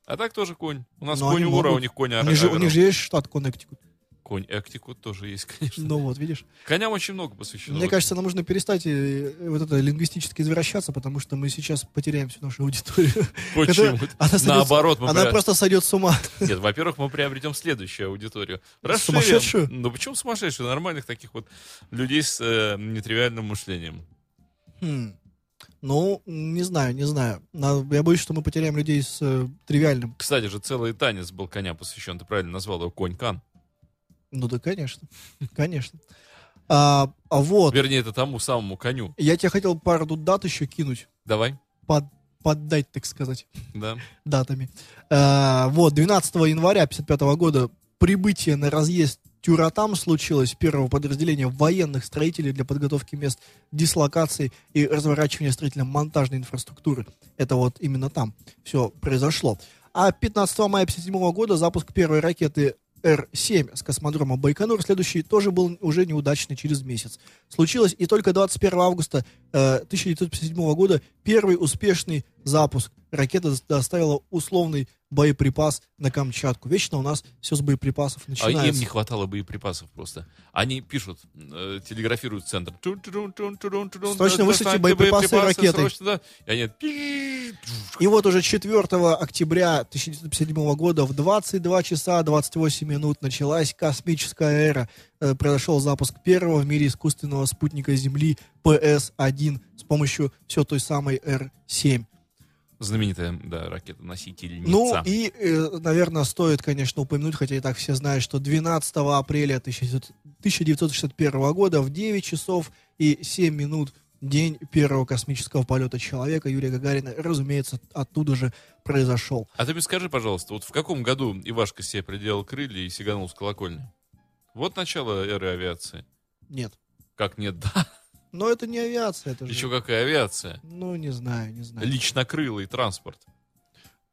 Speaker 3: А так тоже конь. У нас
Speaker 4: Но
Speaker 3: конь
Speaker 4: они
Speaker 3: Ура,
Speaker 4: могут.
Speaker 3: у них конь
Speaker 4: У
Speaker 3: Аверал.
Speaker 4: них, же, у них же есть штат Коннектикут.
Speaker 3: Конь Эктикут тоже есть, [laughs] конечно.
Speaker 4: Ну вот, видишь.
Speaker 3: Коням очень много посвящено.
Speaker 4: Мне
Speaker 3: Вот.
Speaker 4: кажется, нам нужно перестать э, э, вот это лингвистически извращаться, потому что мы сейчас потеряем всю нашу аудиторию.
Speaker 3: Почему?
Speaker 4: которая- она сойдет-
Speaker 3: Наоборот, мы
Speaker 4: Она
Speaker 3: при-
Speaker 4: просто сойдет с ума.
Speaker 3: Нет, во-первых, мы приобретем следующую аудиторию. Расширим.
Speaker 4: Сумасшедшую?
Speaker 3: Ну почему сумасшедшую? Нормальных таких вот людей с э, нетривиальным мышлением.
Speaker 4: Хм. Ну, не знаю, не знаю. На- Я боюсь, что мы потеряем людей с э, тривиальным.
Speaker 3: Кстати же, целый танец был коня посвящен. Ты правильно назвал его конь-кан.
Speaker 4: Ну да, конечно. [laughs] Конечно. А, а вот.
Speaker 3: Вернее, это тому самому коню.
Speaker 4: Я тебе хотел пару тут дат еще кинуть.
Speaker 3: Давай.
Speaker 4: Под, поддать, так сказать.
Speaker 3: Да.
Speaker 4: датами. Э, Вот, 12 января 1955 года прибытие на разъезд Тюратам случилось первого подразделения военных строителей для подготовки мест дислокации и разворачивания строительно-монтажной инфраструктуры. Это вот именно там все произошло. А 15 мая 1957 года запуск первой ракеты Р-7 с космодрома Байконур, следующий тоже был уже неудачный через месяц. Случилось и только 21 августа э, э, 1957 года первый успешный запуск. Ракета дос- доставила условный боеприпас на Камчатку. Вечно у нас все с боеприпасов
Speaker 3: А им
Speaker 4: начинается.
Speaker 3: не хватало боеприпасов просто. Они пишут, э, телеграфируют в центр.
Speaker 4: Срочно вышлите боеприпасы ракетой.
Speaker 3: срочно, да. И они пи-
Speaker 4: И вот уже 4 октября 1957 года в 22 часа 28 минут началась космическая эра. Э, Произошел запуск первого в мире искусственного спутника Земли ПС-1 с помощью все той самой Р-7.
Speaker 3: Знаменитая, да, ракета-носительница.
Speaker 4: Ну и, э, наверное, стоит, конечно, упомянуть, хотя и так все знают, что 12 апреля 1900 1961 года в 9 часов и 7 минут день первого космического полета человека Юрия Гагарина, разумеется, оттуда же произошел.
Speaker 3: А ты мне скажи, пожалуйста, вот в каком году Ивашка себе приделал крылья и сиганул с колокольни? Вот начало эры авиации.
Speaker 4: Нет.
Speaker 3: Как нет, да?
Speaker 4: Но это не авиация, это же...
Speaker 3: Еще какая авиация?
Speaker 4: Ну, не знаю, не знаю.
Speaker 3: Личнокрылый транспорт.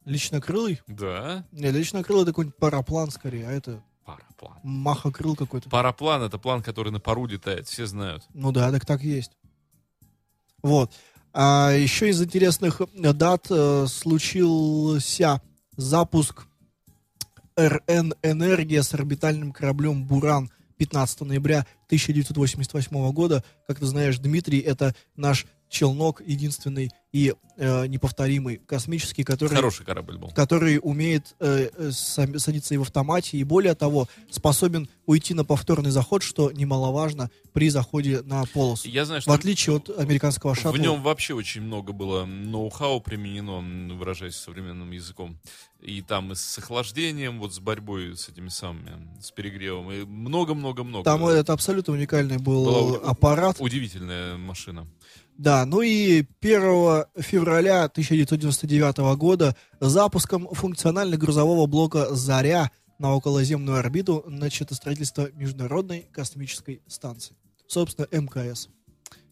Speaker 4: Личнокрылый?
Speaker 3: Да,
Speaker 4: Не, личнокрылый это какой-нибудь параплан скорее, а это
Speaker 3: параплан.
Speaker 4: махокрыл какой-то.
Speaker 3: Параплан — это план, который на пару летает, все знают.
Speaker 4: Ну да, так так и есть. Вот. А еще из интересных э, дат э, случился запуск РН «Энергия» с орбитальным кораблем «Буран» 15 ноября 1988 года. Как ты знаешь, Дмитрий, это наш челнок единственный и э, неповторимый космический, который
Speaker 3: Хороший корабль был.
Speaker 4: который умеет э, э, сам- садиться и в автомате, и более того, способен уйти на повторный заход, что немаловажно при заходе на полосу.
Speaker 3: Я знаю,
Speaker 4: В
Speaker 3: что
Speaker 4: отличие от американского шаттла.
Speaker 3: В нем вообще очень много было ноу-хау применено, м, выражаясь современным языком. И там и с охлаждением, вот с борьбой с этими самыми, с перегревом. И много-много-много.
Speaker 4: Там э, это абсолютно уникальный был
Speaker 3: Была у-
Speaker 4: аппарат.
Speaker 3: Удивительная машина.
Speaker 4: Да, ну и 1 февраля 1999 года запуском функционально-грузового блока «Заря» на околоземную орбиту начато строительство Международной космической станции. Собственно, МКС.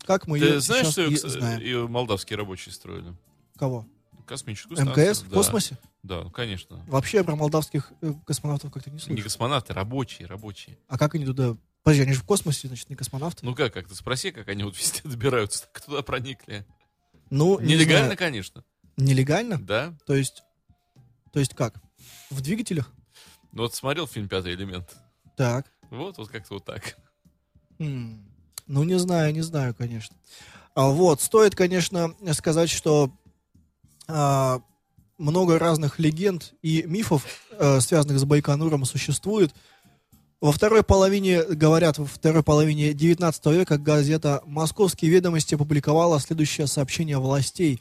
Speaker 4: Как мы
Speaker 3: Ты
Speaker 4: ее
Speaker 3: знаешь,
Speaker 4: сейчас
Speaker 3: что
Speaker 4: и
Speaker 3: ее, кс-
Speaker 4: знаем.
Speaker 3: ее молдавские рабочие строили?
Speaker 4: Кого?
Speaker 3: Космическую станцию.
Speaker 4: МКС в
Speaker 3: да.
Speaker 4: космосе?
Speaker 3: Да, ну, конечно.
Speaker 4: Вообще я про молдавских э, космонавтов как-то не
Speaker 3: Не
Speaker 4: слышал.
Speaker 3: космонавты, рабочие, рабочие.
Speaker 4: А как они туда... Подожди, они же в космосе, значит, не космонавты.
Speaker 3: Ну как, как ты спроси, как они вот везде [laughs] добираются, как туда проникли.
Speaker 4: Ну, не
Speaker 3: Нелегально,
Speaker 4: знаю.
Speaker 3: конечно.
Speaker 4: Нелегально?
Speaker 3: Да.
Speaker 4: То есть... То есть как? В двигателях?
Speaker 3: Ну вот смотрел фильм «Пятый элемент».
Speaker 4: Так.
Speaker 3: Вот, вот как-то вот так.
Speaker 4: М, Ну, не знаю, не знаю, конечно. А вот, стоит, конечно, сказать, что а, много разных легенд и мифов, э, связанных с Байконуром, существует. Во второй половине, говорят, во второй половине 19 века газета «Московские ведомости» опубликовала следующее сообщение властей.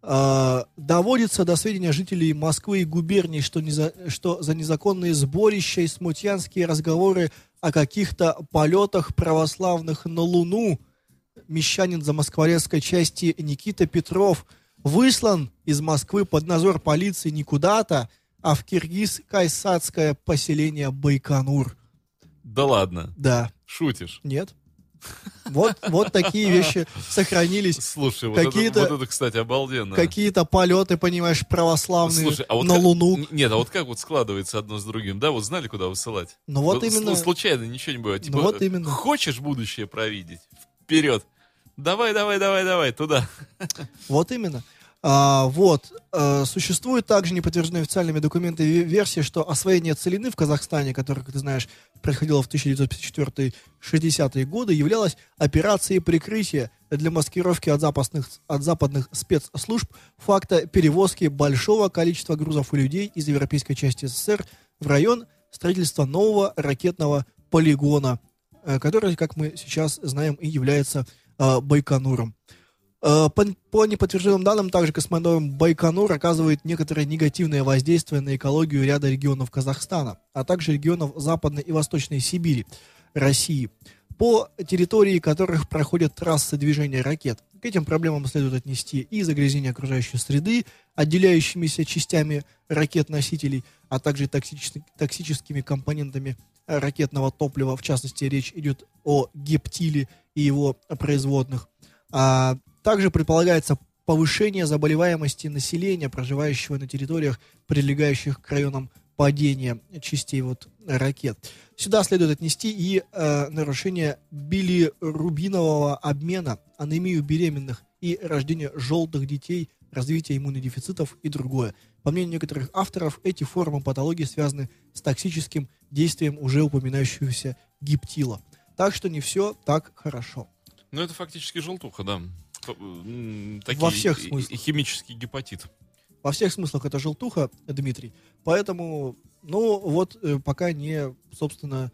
Speaker 4: А, доводится до сведения жителей Москвы и губерний, что, не за- что за незаконные сборища и смутьянские разговоры о каких-то полетах православных на Луну мещанин замоскворецкой части Никита Петров выслан из Москвы под надзор полиции не куда-то, а в Киргиз-Кайсадское поселение Байконур.
Speaker 3: Да ладно,
Speaker 4: Да,
Speaker 3: шутишь.
Speaker 4: нет? Вот, вот такие вещи сохранились.
Speaker 3: Слушай,
Speaker 4: Какие-то-
Speaker 3: вот, это, вот это, кстати, обалденно.
Speaker 4: Какие-то полеты, понимаешь, православные
Speaker 3: Слушай, а вот
Speaker 4: на
Speaker 3: как-
Speaker 4: Луну.
Speaker 3: Н- Нет, а вот как вот складывается одно с другим, да? Вот знали, куда высылать?
Speaker 4: Ну вот
Speaker 3: с-
Speaker 4: именно.
Speaker 3: Случайно ничего не бывает. Типа,
Speaker 4: Ну вот именно.
Speaker 3: Хочешь будущее провидеть? Вперед! Давай, давай, давай, давай, туда.
Speaker 4: Вот именно. А, вот. Э, существует также неподтвержденные официальными документами ве- версия, что освоение целины в Казахстане, которое, как ты знаешь, происходило в 1954-60-е годы, являлось операцией прикрытия для маскировки от запасных- от западных спецслужб факта перевозки большого количества грузов и людей из европейской части СССР в район строительства нового ракетного полигона, э, который, как мы сейчас знаем, и является э, Байконуром. Э, По, по неподтвержденным данным, также космодром Байконур оказывает некоторое негативное воздействие на экологию ряда регионов Казахстана, а также регионов Западной и Восточной Сибири, России, по территории которых проходят трассы движения ракет. К этим проблемам следует отнести и загрязнение окружающей среды, отделяющимися частями ракет-носителей, а также токсичны- токсическими компонентами э, ракетного топлива. В частности, речь идет о гептиле и его производных. А также предполагается повышение заболеваемости населения, проживающего на территориях, прилегающих к районам падения частей вот ракет. Сюда следует отнести и э, нарушение билирубинового обмена, анемию беременных и рождение желтых детей, развитие иммунодефицитов и другое. По мнению некоторых авторов, эти формы патологии связаны с токсическим действием уже упоминающегося гиптила. Так что не все так хорошо.
Speaker 3: Ну, это фактически желтуха, да. Ф- э, м,
Speaker 4: Во всех
Speaker 3: и- и-
Speaker 4: смыслах.
Speaker 3: Химический гепатит.
Speaker 4: Во всех смыслах это желтуха, Дмитрий. Поэтому, ну, вот э, пока не, собственно,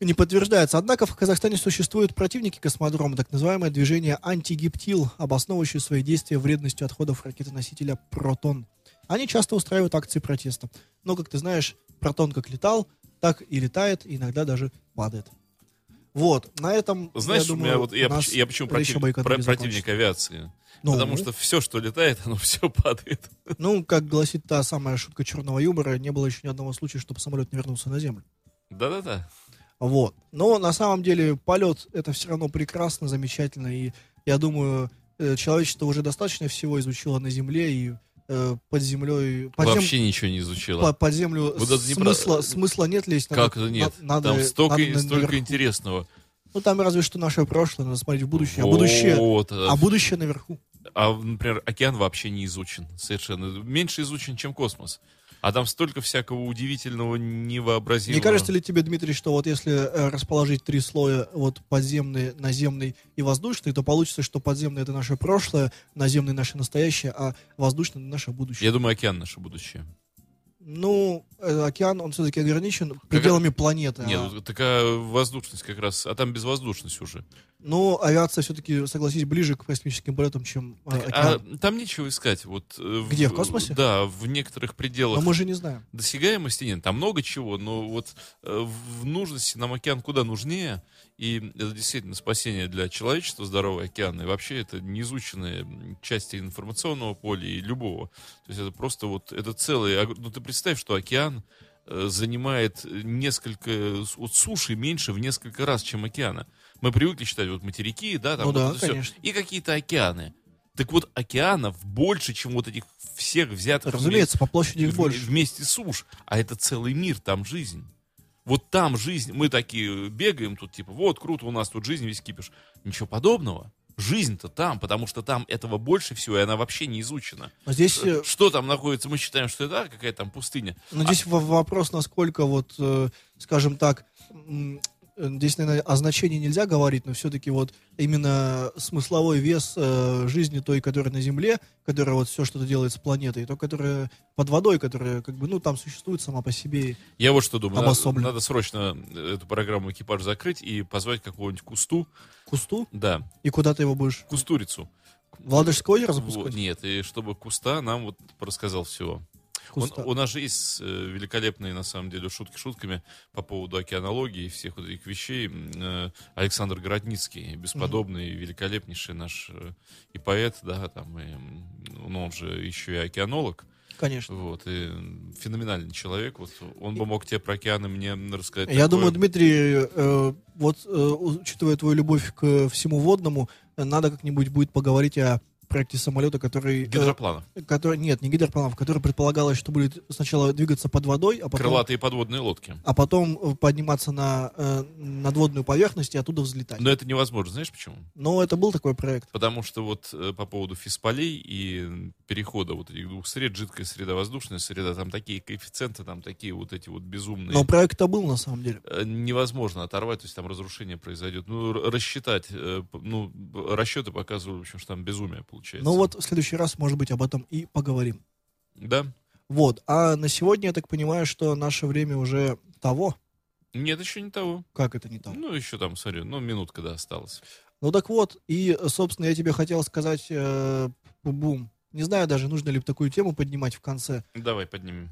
Speaker 4: не подтверждается. Однако в Казахстане существуют противники космодрома, так называемое движение антигиптил, обосновывающее свои действия вредностью отходов ракетоносителя «Протон». Они часто устраивают акции протеста. Но, как ты знаешь, «Протон» как летал, так и летает, и иногда даже падает. Вот, на этом,
Speaker 3: Знаешь,
Speaker 4: я
Speaker 3: у
Speaker 4: думаю,
Speaker 3: меня вот я,
Speaker 4: у нас
Speaker 3: поч- я почему
Speaker 4: речь об
Speaker 3: против- про-
Speaker 4: экономии
Speaker 3: противник авиации?
Speaker 4: закончится. Ну,
Speaker 3: Потому что все, что летает, оно [laughs] все падает.
Speaker 4: Ну, как гласит та самая шутка черного юмора, не было еще ни одного случая, чтобы самолет не вернулся на землю.
Speaker 3: Да-да-да.
Speaker 4: Вот. Но на самом деле полет это все равно прекрасно, замечательно. И я думаю, э, человечество уже достаточно всего изучило на Земле и э, под землей. Под, зем-
Speaker 3: Вообще ничего не изучила.
Speaker 4: по- под землю
Speaker 3: Вот это не про-
Speaker 4: смысла, смысла нет лезть.
Speaker 3: Как
Speaker 4: надо-
Speaker 3: это нет?
Speaker 4: на- Надо,
Speaker 3: Там столько,
Speaker 4: надо на-
Speaker 3: столько
Speaker 4: наверху.
Speaker 3: интересного.
Speaker 4: Ну там разве что наше прошлое, надо смотреть в будущее. А
Speaker 3: Вот,
Speaker 4: будущее,
Speaker 3: а-
Speaker 4: а будущее наверху.
Speaker 3: А, например, океан вообще не изучен совершенно. Меньше изучен, чем космос. А там столько всякого удивительного, невообразимого.
Speaker 4: Не кажется ли тебе, Дмитрий, что вот если э, расположить три слоя вот подземный, наземный и воздушный, то получится, что подземный это наше прошлое, наземный наше настоящее, а воздушный наше будущее.
Speaker 3: Я думаю, океан наше будущее.
Speaker 4: Ну, э, океан, он все-таки ограничен пределами планеты. а-
Speaker 3: Нет, ну, вот такая воздушность как раз. А там безвоздушность уже.
Speaker 4: Но авиация все-таки, согласись, ближе к космическим полетам, чем э,
Speaker 3: А
Speaker 4: океан.
Speaker 3: там нечего искать. Вот, э,
Speaker 4: Где, в космосе? А
Speaker 3: Да, в некоторых пределах
Speaker 4: Но мы же не знаем.
Speaker 3: досягаемости нет. Там много чего, но вот э, в нужности нам океан куда нужнее. И это действительно спасение для человечества, здоровый океан. И вообще это неизученные м, части информационного поля и любого. То есть это просто вот, это целый... ог- Ну ты представь, что океан э, занимает несколько... с- Вот суши меньше в несколько раз, чем океана. Мы привыкли считать вот материки, да, там
Speaker 4: Ну
Speaker 3: вот
Speaker 4: да,
Speaker 3: это всё.
Speaker 4: конечно.
Speaker 3: И какие-то океаны. Так вот, океанов больше, чем вот этих всех взятых вместе
Speaker 4: Разумеется, по площади их
Speaker 3: в-
Speaker 4: больше.
Speaker 3: Вместе суш. А это целый мир, там жизнь. Вот там жизнь. Мы такие бегаем тут, типа, вот, круто, у нас тут жизнь весь кипиш. Ничего подобного. Жизнь-то там, потому что там этого больше всего, и она вообще не изучена.
Speaker 4: Но здесь, э,
Speaker 3: Что там находится, мы считаем, что это а, какая-то там пустыня.
Speaker 4: но здесь во- вопрос, насколько вот, э, скажем так, м, э, здесь, наверное, о значении нельзя говорить, но все-таки вот именно смысловой вес э, жизни той, которая на Земле, которая вот все что-то делает с планетой, и то, которая под водой, которая как бы, ну, там существует сама по себе.
Speaker 3: Я вот что думаю, надо,
Speaker 4: Обособлен.
Speaker 3: надо срочно э, эту программу экипаж закрыть и позвать какого-нибудь кусту,
Speaker 4: Кусту?
Speaker 3: да,
Speaker 4: И куда ты его будешь?
Speaker 3: кустурицу.
Speaker 4: В Ладожское озеро
Speaker 3: Вот,
Speaker 4: запускать?
Speaker 3: нет, и чтобы куста нам вот рассказал всего. Он-
Speaker 4: Куста.
Speaker 3: у нас же есть э, великолепные, на самом деле, шутки шутками по поводу океанологии и всех вот этих вещей. М, э, Александр Городницкий, бесподобный, великолепнейший наш э, и поэт, да, там, и, м, ну, он же еще и океанолог,
Speaker 4: Конечно.
Speaker 3: вот, и м, феноменальный человек, вот, он бы мог тебе про океаны мне рассказать.
Speaker 4: Я
Speaker 3: такое.
Speaker 4: думаю, Дмитрий, э, вот э, учитывая твою любовь к э, всему водному, э, надо как-нибудь будет поговорить о проекте самолета, который... э,
Speaker 3: Гидропланов.
Speaker 4: который нет, не гидропланов, который предполагалось, что будет сначала двигаться под водой, а потом,
Speaker 3: Крылатые подводные лодки.
Speaker 4: а потом э, подниматься на э, надводную поверхность и оттуда взлетать.
Speaker 3: Но это невозможно, знаешь почему?
Speaker 4: Но это был такой проект.
Speaker 3: Потому что вот э, по поводу физполей и перехода вот этих двух сред, жидкая среда, воздушная среда, там такие коэффициенты, там такие вот эти вот безумные.
Speaker 4: Но проект-то был на самом деле.
Speaker 3: Э, Невозможно оторвать, то есть там разрушение произойдет. Ну, р- рассчитать, э, п- ну, б- расчеты показывают, в общем, что там безумие получается.
Speaker 4: Но Ну вот в следующий раз, может быть, об этом и поговорим.
Speaker 3: Да?
Speaker 4: Вот. А на сегодня я так понимаю, что наше время уже того,
Speaker 3: Нет, еще не того.
Speaker 4: как это не того.
Speaker 3: Ну, еще там, смотри, ну, минутка, да, осталась.
Speaker 4: Ну так вот, и, э, собственно, я тебе хотел сказать, э, бум. Не знаю даже, нужно ли такую тему поднимать в конце.
Speaker 3: Давай поднимем.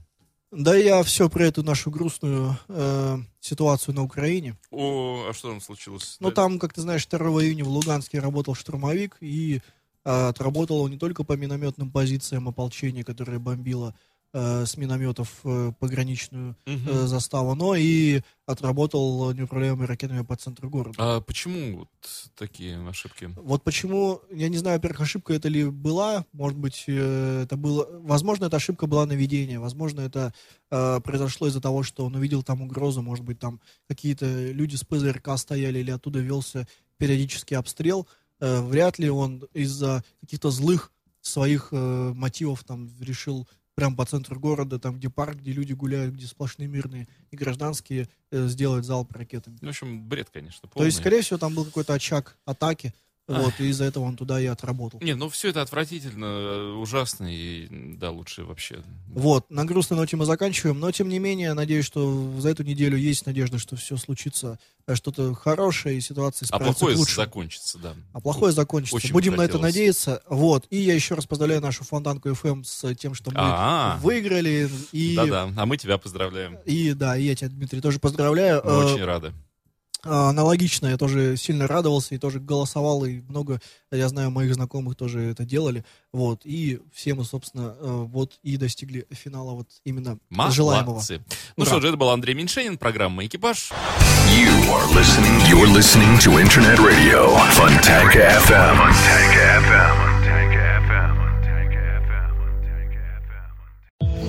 Speaker 4: Да я все про эту нашу грустную э, ситуацию на Украине.
Speaker 3: О, а что там случилось?
Speaker 4: Ну
Speaker 3: Да-
Speaker 4: там, как ты знаешь, 2 июня в Луганске работал штурмовик а, и э, отработал он не только по минометным позициям ополчения, которое бомбило э, с минометов э, пограничную
Speaker 3: Мгм.
Speaker 4: э, заставу, но и отработал неуправляемыми ракетами по центру города.
Speaker 3: А почему вот такие ошибки? Ну,
Speaker 4: Вот почему, я не знаю, во-первых, ошибка это ли была, может быть, э, это было, возможно, эта ошибка была наведение, возможно, это э, произошло из-за того, что он увидел там угрозу, может быть, там какие-то люди с ПЗРК стояли или оттуда велся периодический обстрел, Э, вряд ли он из-за каких-то злых своих э, мотивов там решил прям по центру города, там, где парк, где люди гуляют, где сплошные мирные и гражданские, э, сделать залп ракетами.
Speaker 3: Ну, В общем, бред, конечно,
Speaker 4: То
Speaker 3: полный.
Speaker 4: есть, скорее всего, там был какой-то очаг атаки, вот, и из-за этого он туда и отработал.
Speaker 3: Не, ну все это отвратительно, э, ужасно, и да, лучше вообще.
Speaker 4: Вот, на грустной ноте мы заканчиваем, но, тем не менее, надеюсь, что за эту неделю есть надежда, что все случится, э, что-то хорошее, и ситуация
Speaker 3: А
Speaker 4: справится
Speaker 3: плохое
Speaker 4: к лучшему.
Speaker 3: закончится, да.
Speaker 4: А плохое закончится.
Speaker 3: Очень
Speaker 4: Будем
Speaker 3: бы
Speaker 4: на это
Speaker 3: хотелось.
Speaker 4: надеяться. Вот. И я еще раз поздравляю нашу Фонтанку FM с тем, что мы
Speaker 3: А-а.
Speaker 4: выиграли. И,
Speaker 3: Да-да, а мы тебя поздравляем.
Speaker 4: и да, и я тебя, Дмитрий, тоже поздравляю.
Speaker 3: Мы
Speaker 4: Э,
Speaker 3: очень рады.
Speaker 4: А, Аналогично, я тоже сильно радовался и тоже голосовал, и много, я знаю, моих знакомых тоже это делали, вот, и все мы, собственно, э, вот и достигли финала вот именно желаемого.
Speaker 3: Молодцы. Ну
Speaker 4: Ура.
Speaker 3: что же, это был Андрей Меньшенин, программа «Экипаж».
Speaker 2: You are listening. You're listening to Internet Radio. Funtank FM. Funtank FM. Funtank FM. Funtank FM. Funtank